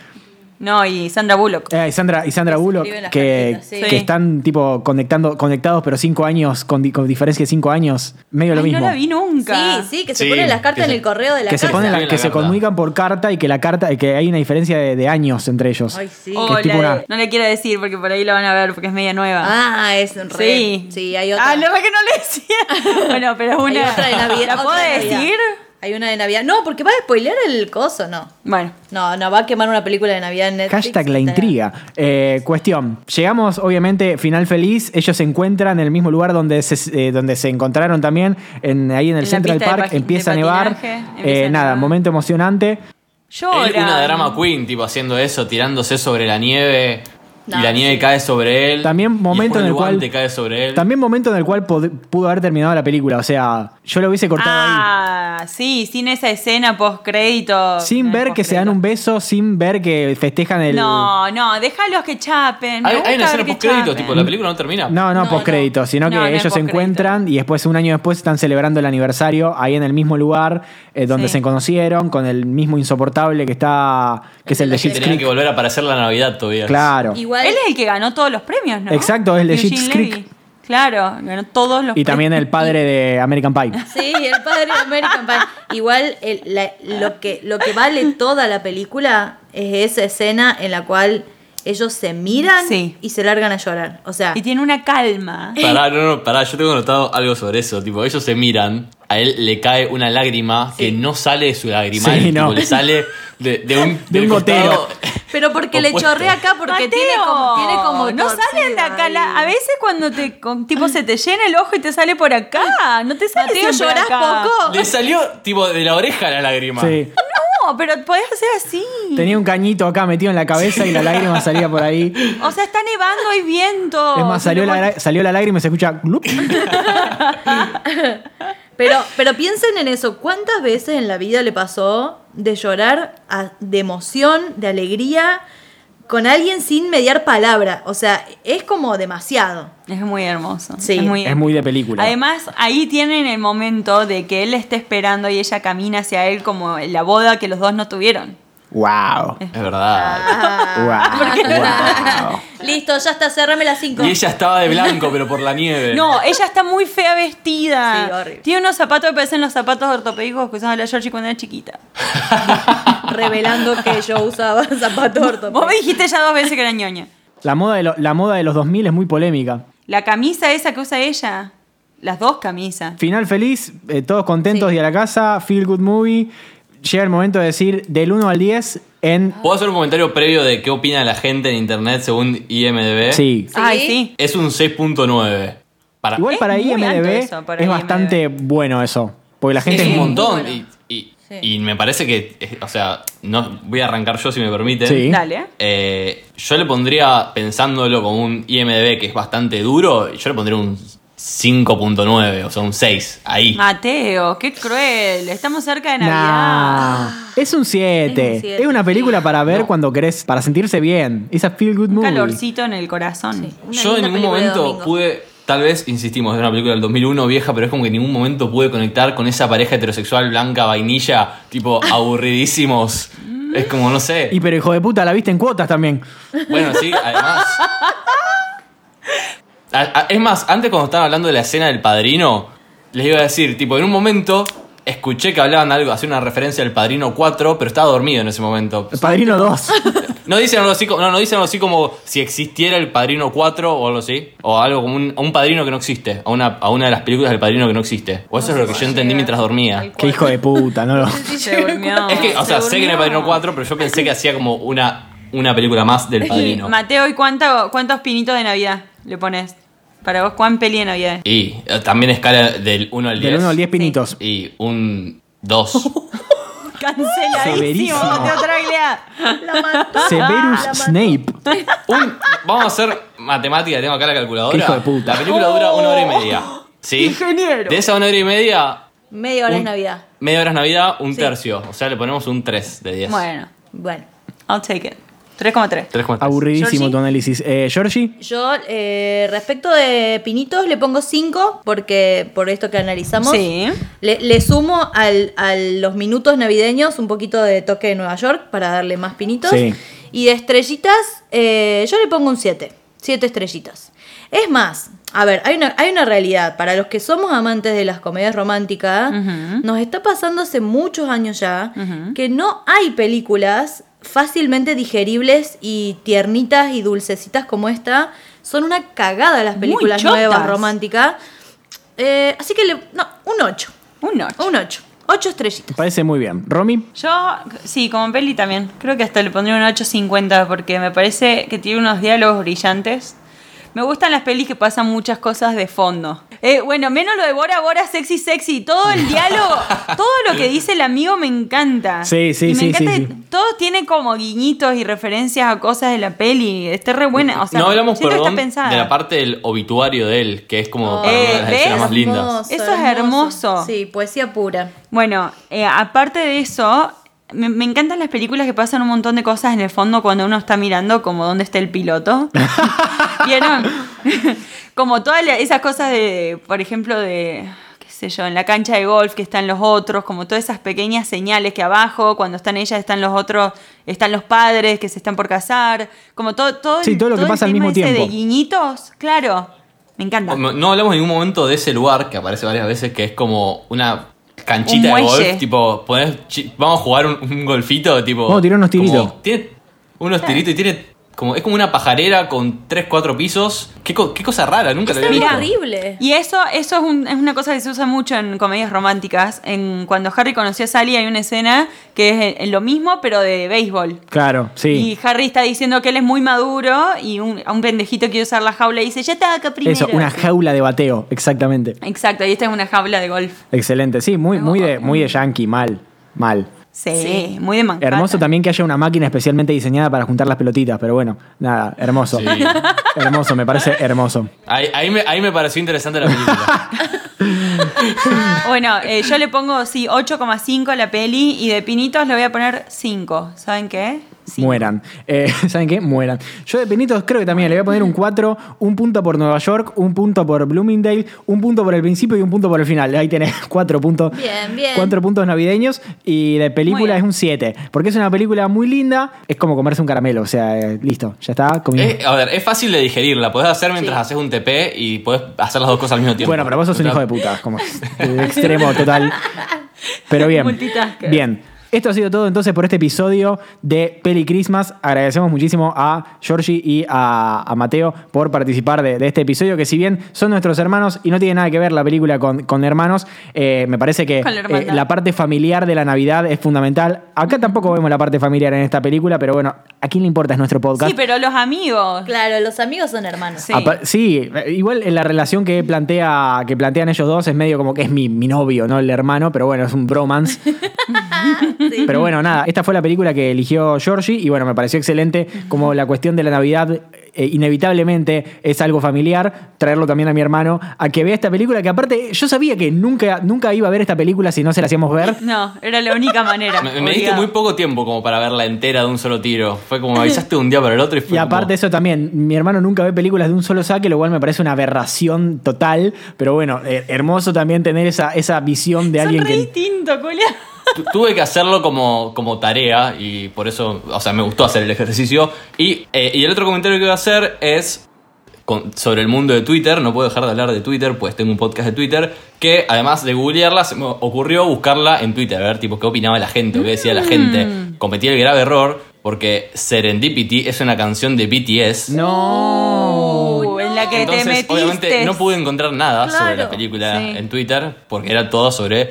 H: No, y Sandra Bullock.
C: Eh, y Sandra, y Sandra
D: Que se
C: Bullock,
D: escriben las
C: que,
D: cartitas, sí.
C: que
H: Sí.
C: están tipo conectando, conectados, pero cinco años, con, di- con diferencia de cinco años, medio lo
H: Ay,
C: mismo.
H: No la vi nunca.
D: Sí, sí, que se
E: Sí,
D: ponen las cartas
E: que se-
D: en el correo de la
C: que se
D: casa.
C: ponen la-
E: Sí, la
C: que se
E: carta.
C: comunican por carta y que la carta, que hay una diferencia de, de años entre ellos.
D: Ay, sí.
H: O
C: Que es tipo
H: la de-
C: una-
H: No le quiero decir porque por ahí la van a ver porque es media nueva.
D: Ah, es un re.
H: Sí.
D: hay otra.
H: Ah, no, es que no le decía. bueno, pero es
D: Hay
H: una.
D: otra de Navidad.
H: ¿La
D: otra
H: puedo
D: de Navidad.
H: decir?
D: Hay una de Navidad. No, porque va a spoilear el coso, no.
H: Bueno.
D: No, no, va a quemar una película de Navidad en Netflix.
C: Hashtag la
D: Está-
C: intriga. Eh, cuestión. Llegamos, obviamente, final feliz. Ellos se encuentran en el mismo lugar donde se, eh, donde se encontraron también, en, ahí en el
H: En la
C: Central
H: pista de
C: Park.
H: pati-
C: Empieza a
H: de
C: nevar.
H: patinaje,
C: Eh,
H: empieza a
C: nada,
H: nevar.
C: momento emocionante.
E: Él,
H: Llora.
E: una drama queen, tipo haciendo eso, tirándose sobre la nieve.
D: No,
E: y la nieve
D: sí.
E: cae sobre él.
C: También
E: y después
C: momento en el cual-
E: guante cae sobre él.
C: También momento en el cual pod- pudo haber terminado la película. O sea, yo lo hubiese cortado
H: Ah, sí, sin esa escena post crédito.
C: ahí. Sin ver que se dan un beso, sin ver que festejan el.
H: No, no, déjalos que chapen. Me
E: Hay, hay
H: gusta
E: una escena
H: ver que
E: post crédito,
H: chapen.
E: tipo, la película no termina.
C: No, no,
D: No,
C: postcrédito, sino
H: no.
C: que
H: No, no es
C: ellos se
H: postcrédito.
C: encuentran y después, un año después, están celebrando el aniversario ahí en el mismo lugar eh, donde
H: Sí.
C: se conocieron, con el mismo insoportable que está, que es el de
D: El de
C: Shit's
E: Tenía que
C: Creek.
E: volver a aparecer la Navidad todavía.
C: Claro.
D: Igual.
H: Él es el que ganó todos los premios, ¿no?
C: Exacto, es el de
H: Eugene
C: Schitt's
H: Levy.
C: Creek.
H: Claro, ganó todos los
C: Y también el padre de American Pie.
D: Sí, el padre de American Pie. Igual el- la- lo, que, lo que vale toda la película es esa escena en la cual ellos se miran
H: Sí.
D: y se largan a llorar. O sea,
H: Y tiene una calma.
E: Pará, no, no, pará, yo tengo notado algo sobre eso. Tipo, ellos se miran, a él le cae una lágrima que no sale de su lagrimal,
C: Sí,
E: tipo,
C: no.
E: le sale de, de un,
C: De un
E: del
C: gotero.
E: costado.
D: pero porque le
E: Opuesto.
D: chorrea acá porque
H: Mateo,
D: tiene como, tiene como
H: no
D: torcida
H: salen de acá. la-
D: ahí.
H: a veces cuando te con- tipo se te llena el ojo y te sale por acá, no te sale
D: Mateo,
H: siempre
D: ¿llorás
H: acá.
D: poco?
E: Le salió tipo de la oreja la lágrima.
C: Sí.
H: No, pero podés hacer así.
C: Tenía un cañito acá metido en la cabeza y la lágrima salía por ahí.
H: O sea, está nevando, hay viento.
C: Es más, salió
H: Oh, Pero
C: la, salió la lágrima y se escucha. glup.
D: Pero, pero piensen en eso, ¿cuántas veces en la vida le pasó de llorar a- de emoción, de alegría, con alguien sin mediar palabra? O sea, es como demasiado.
H: Es muy hermoso.
D: Sí.
H: Es muy,
C: Es muy de película.
H: Además, ahí tienen el momento de que él está esperando y ella camina hacia él como en la boda que los dos no tuvieron.
C: Wow.
E: Es
D: Ah,
E: verdad.
C: Wow. Wow.
D: Listo, ya está, cerrame las 5.
E: Y ella estaba de blanco, pero por la nieve.
H: No, ella está muy fea vestida.
D: Sí, horrible.
H: Tiene unos zapatos que parecen los zapatos ortopédicos que usaba la Georgie cuando era chiquita.
D: Revelando que yo usaba zapato
H: Vos me
D: ortopédico.
H: dijiste ya dos veces que era ñoña.
C: La moda, de lo- la moda de los 2000 es muy polémica.
H: La camisa esa que usa ella, las dos camisas.
C: Final feliz, eh, todos contentos, y a la casa, feel good movie. Llega el momento de decir del 1 al 10 en...
E: ¿Puedo hacer un comentario previo de qué opina la gente en internet según IMDB?
C: Sí.
H: Ay, sí.
E: Es un 6.9. Para...
C: Igual
H: Es
C: para
H: muy
C: IMDB
H: alto eso, para
C: es
H: IMDb.
C: bastante bueno eso. Porque la gente es
E: Es un
C: muy-
E: montón.
D: Bueno.
E: Y, y-
D: Sí.
E: y me parece que, eh, o sea, no, voy a arrancar yo si me permiten.
C: Sí.
H: Dale.
E: Eh, yo le pondría, pensándolo como un IMDB que es bastante duro, yo le pondría un 5.9, o sea, un 6. Ahí.
H: Mateo, qué cruel. Estamos cerca de
C: Nah.
H: Navidad.
C: Es un 7. Es,
D: Es un siete.
C: una película para ver cuando querés, para sentirse bien. Esa feel good
H: Un
C: movie.
H: calorcito en el corazón.
E: Yo en ningún momento pude, tal vez, insistimos, es una película del 2001 vieja, pero es como que en ningún momento pude conectar con esa pareja heterosexual blanca vainilla, tipo aburridísimos. es como, no sé.
C: Y pero hijo de puta, la viste en cuotas también.
E: Bueno, sí, además. A- a- es más, antes cuando estaban hablando de la escena del padrino, les iba a decir, tipo, en un momento escuché que hablaban algo, hacía una referencia al padrino 4, pero estaba dormido en ese momento.
C: Padrino 2.
E: No dicen algo así como, no, no dicen algo así como si existiera el Padrino 4 o algo así. O algo como un, a un padrino que no existe. A una, a una de las películas del padrino que no existe. O eso es lo que yo entendí mientras dormía.
C: Qué hijo de puta, no lo...
H: Se durmió.
E: Es que, o
H: Se
E: sea, sé que era
H: durmió.
E: el Padrino 4, pero yo pensé que hacía como una, una película más del
H: Y,
E: padrino.
H: Mateo, ¿y cuánto- cuántos pinitos de Navidad le pones? Para vos, ¿cuán peli de Navidad es?
E: Y eh, también escala del 1 al 10.
C: Del 1 al 10 pinitos.
E: Y un 2.
H: Canceladísimo,
C: Severísimo.
H: Mateo Traglia.
D: La mató.
C: Severus
D: La mató.
C: Snape.
E: Un- vamos a hacer matemática, tengo acá la calculadora.
C: Hijo de puta. Oh,
E: La película dura una hora y media. ¿Sí?
H: Ingeniero.
E: De esa una hora y media,
D: Media hora
E: Un-
D: es Navidad.
E: media hora es Navidad, un tercio. O sea, le ponemos un 3 de 10.
H: Bueno,
D: Bueno.
H: I'll take it. 3,3.
E: 3,3.
C: Aburridísimo
H: Georgie.
C: tu análisis. Eh, Georgie,
D: Yo, eh, respecto de pinitos, le pongo 5 porque por esto que analizamos.
H: Sí.
D: Le, le sumo al- a los minutos navideños un poquito de toque de Nueva York para darle más pinitos.
C: Sí.
D: Y de estrellitas, eh, yo le pongo un 7. 7 estrellitas. Es más, a ver, hay una, hay una realidad. Para los que somos amantes de las comedias románticas, nos está pasando hace muchos años ya que no hay películas fácilmente digeribles y tiernitas y dulcecitas como esta. Son una cagada las
H: Muy
D: películas
H: chotas.
D: nuevas románticas. Eh, así que le. No, un 8.
H: Un 8.
D: Un 8. 8 estrellitas.
C: me parece muy bien. Romy,
H: Yo, sí, como peli también. Creo que hasta le pondría un 8.50 porque me parece que tiene unos diálogos brillantes. Me gustan las pelis que pasan muchas cosas de fondo. Eh, bueno, menos lo de Bora Bora sexy sexy. Todo el diálogo, todo lo que dice el amigo me encanta.
C: Sí, sí,
H: Y me
C: sí,
H: encanta
C: sí,
H: que
C: sí.
H: Todos tienen como guiñitos y referencias a cosas de la peli. Está re buena. O sea,
E: no hablamos,
H: siento que
E: perdón,
H: está pensada.
E: de la parte del obituario de él, que es como para
H: Eh,
E: mí una de las
H: ¿ves?
E: escenas más lindas.
D: Hermoso,
H: Eso es hermoso.
D: Sí, poesía pura.
H: Bueno, eh, aparte de eso, me, me encantan las películas que pasan un montón de cosas en el fondo cuando uno está mirando como dónde está el piloto. ¿Vieron? como todas la- esas cosas de, por ejemplo, de qué sé yo, en la cancha de golf que están los otros, como todas esas pequeñas señales que abajo, cuando están ellas, están los otros, están los padres que se están por casar, como todo, todo, el-
C: Sí, todo lo que
H: el
C: pasa al
H: tema
C: mismo
H: ese
C: tiempo.
H: de guiñitos, claro, me encanta.
E: No no hablamos en ningún momento de ese lugar que aparece varias veces, que es como una canchita
H: Un
E: de
H: muelle.
E: golf. Tipo, ponés chi- vamos a jugar un, un golfito, tipo.
C: Vamos a tirar unos tiritos.
E: como- tiene unos tiritos y tiene. Como, es como una pajarera con 3, 4 pisos. Qué, co- qué cosa rara, nunca lo había
D: Mira,
E: visto.
D: horrible.
H: Y eso, eso es, un- es una cosa que se usa mucho en comedias románticas. En cuando Harry conoció a Sally hay una escena que es eh, lo mismo, pero de béisbol.
C: claro, sí.
H: Y Harry está diciendo que él es muy maduro y un, a un pendejito quiere usar la jaula y dice, ya te acá primero.
C: Eso, una
H: Sí.
C: jaula de bateo, exactamente.
H: Exacto, y esta es una jaula de golf.
C: Excelente, sí, muy, muy, de, muy de yankee, mal, mal.
H: Sí, muy de Manhattan.
C: Hermoso también que haya una máquina especialmente diseñada para juntar las pelotitas, pero bueno, nada, hermoso.
E: Sí.
C: Hermoso, me parece hermoso.
E: Ahí, ahí me, ahí me pareció interesante la película.
H: Bueno, eh, yo le pongo, sí, 8,5 a la peli y de pinitos le voy a poner 5. ¿Saben qué? Sí.
C: Mueran. Eh, ¿Saben qué? Mueran. Yo de Pinitos creo que también le voy a poner un 4, un punto por Nueva York, un punto por Bloomingdale, un punto por el principio y un punto por el final. Ahí tenés cuatro puntos.
D: Bien, bien.
C: Cuatro puntos navideños y de
H: Muy
C: película
H: bien.
C: es un 7. Porque es una película muy linda. Es como comerse un caramelo. O sea, eh, listo, ya está, comí.
E: Es- a ver, es fácil de digerirla. Podés hacer mientras haces un TP y podés hacer las dos cosas al mismo tiempo.
C: Bueno, pero vos sos un
E: Está-
C: hijo de puta, como el extremo total. Pero bien.
H: Multitasker.
C: Bien. Esto ha sido todo entonces por este episodio de Peli Christmas. Agradecemos muchísimo a Georgie y a, a Mateo por participar de, de este episodio, que si bien son nuestros hermanos y no tiene nada que ver la película con, con hermanos, eh, me parece que
H: Con la
C: eh,
H: hermandad.
C: la parte familiar de la Navidad es fundamental. Acá tampoco vemos la parte familiar en esta película, pero bueno, ¿a quién le importa? Es nuestro podcast.
H: Sí, pero los amigos.
D: Claro, los amigos son hermanos.
H: Sí.
C: Apa- Sí. eh, igual en la relación que plantea que plantean ellos dos es medio como que es mi, mi novio, no el hermano, pero bueno, es un bromance.
D: Ah,
C: Pero bueno, nada, esta fue la película que eligió Georgie y bueno, me pareció excelente como la cuestión de la Navidad eh, inevitablemente es algo familiar, traerlo también a mi hermano a que vea esta película, que aparte yo sabía que nunca, nunca iba a ver esta película si no se la hacíamos ver.
H: No, era la única manera.
E: Me, me diste
H: Obligado.
E: muy poco tiempo como para verla entera de un solo tiro. Fue como me avisaste de un día para el otro y fue
C: Y
E: como-
C: aparte de eso también, mi hermano nunca ve películas de un solo saque, lo cual me parece una aberración total, pero bueno, eh, hermoso también tener esa, esa visión de
H: Son
C: alguien
H: re
C: que...
H: distintos, culiao.
E: Tu- Tuve que hacerlo como, como tarea y por eso, o sea, me gustó hacer el ejercicio. Y, eh, y el otro comentario que voy a hacer es con- sobre el mundo de Twitter. No puedo dejar de hablar de Twitter, pues tengo un podcast de Twitter que además de googlearla, se me ocurrió buscarla en Twitter, a ver tipo qué opinaba la gente o qué decía la gente.
H: Mm.
E: Cometí el grave error porque Serendipity es una canción de BTS.
C: No.
H: Uh, en la que
E: Entonces,
H: te metiste.
E: obviamente, no pude encontrar nada sobre la
D: Claro.
E: película
H: Sí.
E: en Twitter porque era todo sobre eh,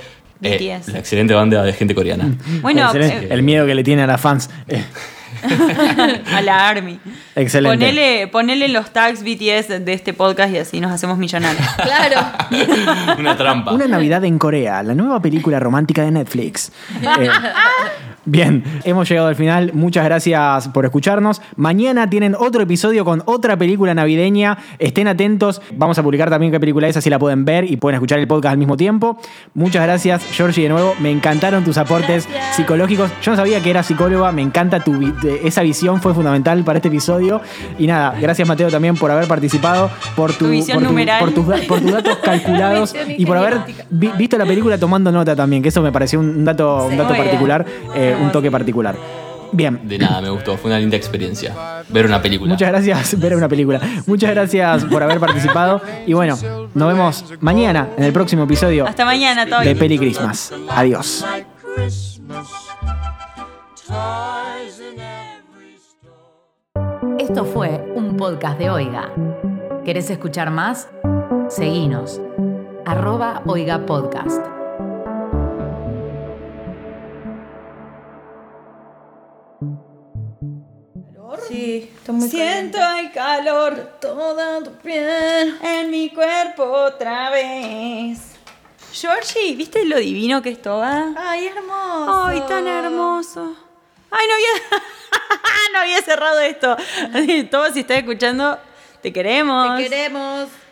H: BTS.
E: la excelente banda de gente coreana.
H: Bueno,
C: Excelente.
H: eh,
C: el miedo que le tiene a las fans. Eh,
H: a la Army.
C: Excelente.
H: Ponele, ponele los tags BTS de este podcast y así nos hacemos millonarios.
D: Claro.
E: Una trampa.
C: Una Navidad en Corea, la nueva película romántica de Netflix. Eh, bien, hemos llegado al final. Muchas gracias por escucharnos. Mañana tienen otro episodio con otra película navideña. Estén atentos. Vamos a publicar también qué película es, así la pueden ver y pueden escuchar el podcast al mismo tiempo. Muchas gracias, Georgie, de nuevo. Me encantaron tus aportes psicológicos. Yo no sabía que eras psicóloga. Me encanta tu vi- eh, esa visión. Fue fundamental para este episodio. Y nada, gracias, Mateo, también por haber participado, por tu,
H: Tu visión
C: por
H: numeral.
C: por tus da- por tus datos calculados y por haber vi- visto la película tomando nota también, que eso me pareció un dato, un dato
H: Muy bien.
C: particular, eh, un toque particular. Bien.
E: De nada, me gustó. Fue una linda experiencia. Ver una película.
C: Muchas gracias, ver una película. Muchas gracias por haber participado. Y bueno, nos vemos mañana en el próximo episodio
H: Hasta mañana, Toby.
C: de Peli Christmas. Adiós.
A: Esto fue un podcast de Oiga. ¿Querés escuchar más? Seguinos. Arroba Oiga Podcast.
D: Sí, está muy
H: Siento el calor
D: toda tu piel.
H: en mi cuerpo otra vez. Georgie, ¿viste lo divino que es Toba?
D: Ay, hermoso.
H: Ay, tan hermoso. Ay, no había, no había cerrado esto. Así, Toba, si estás escuchando, te queremos.
D: Te queremos.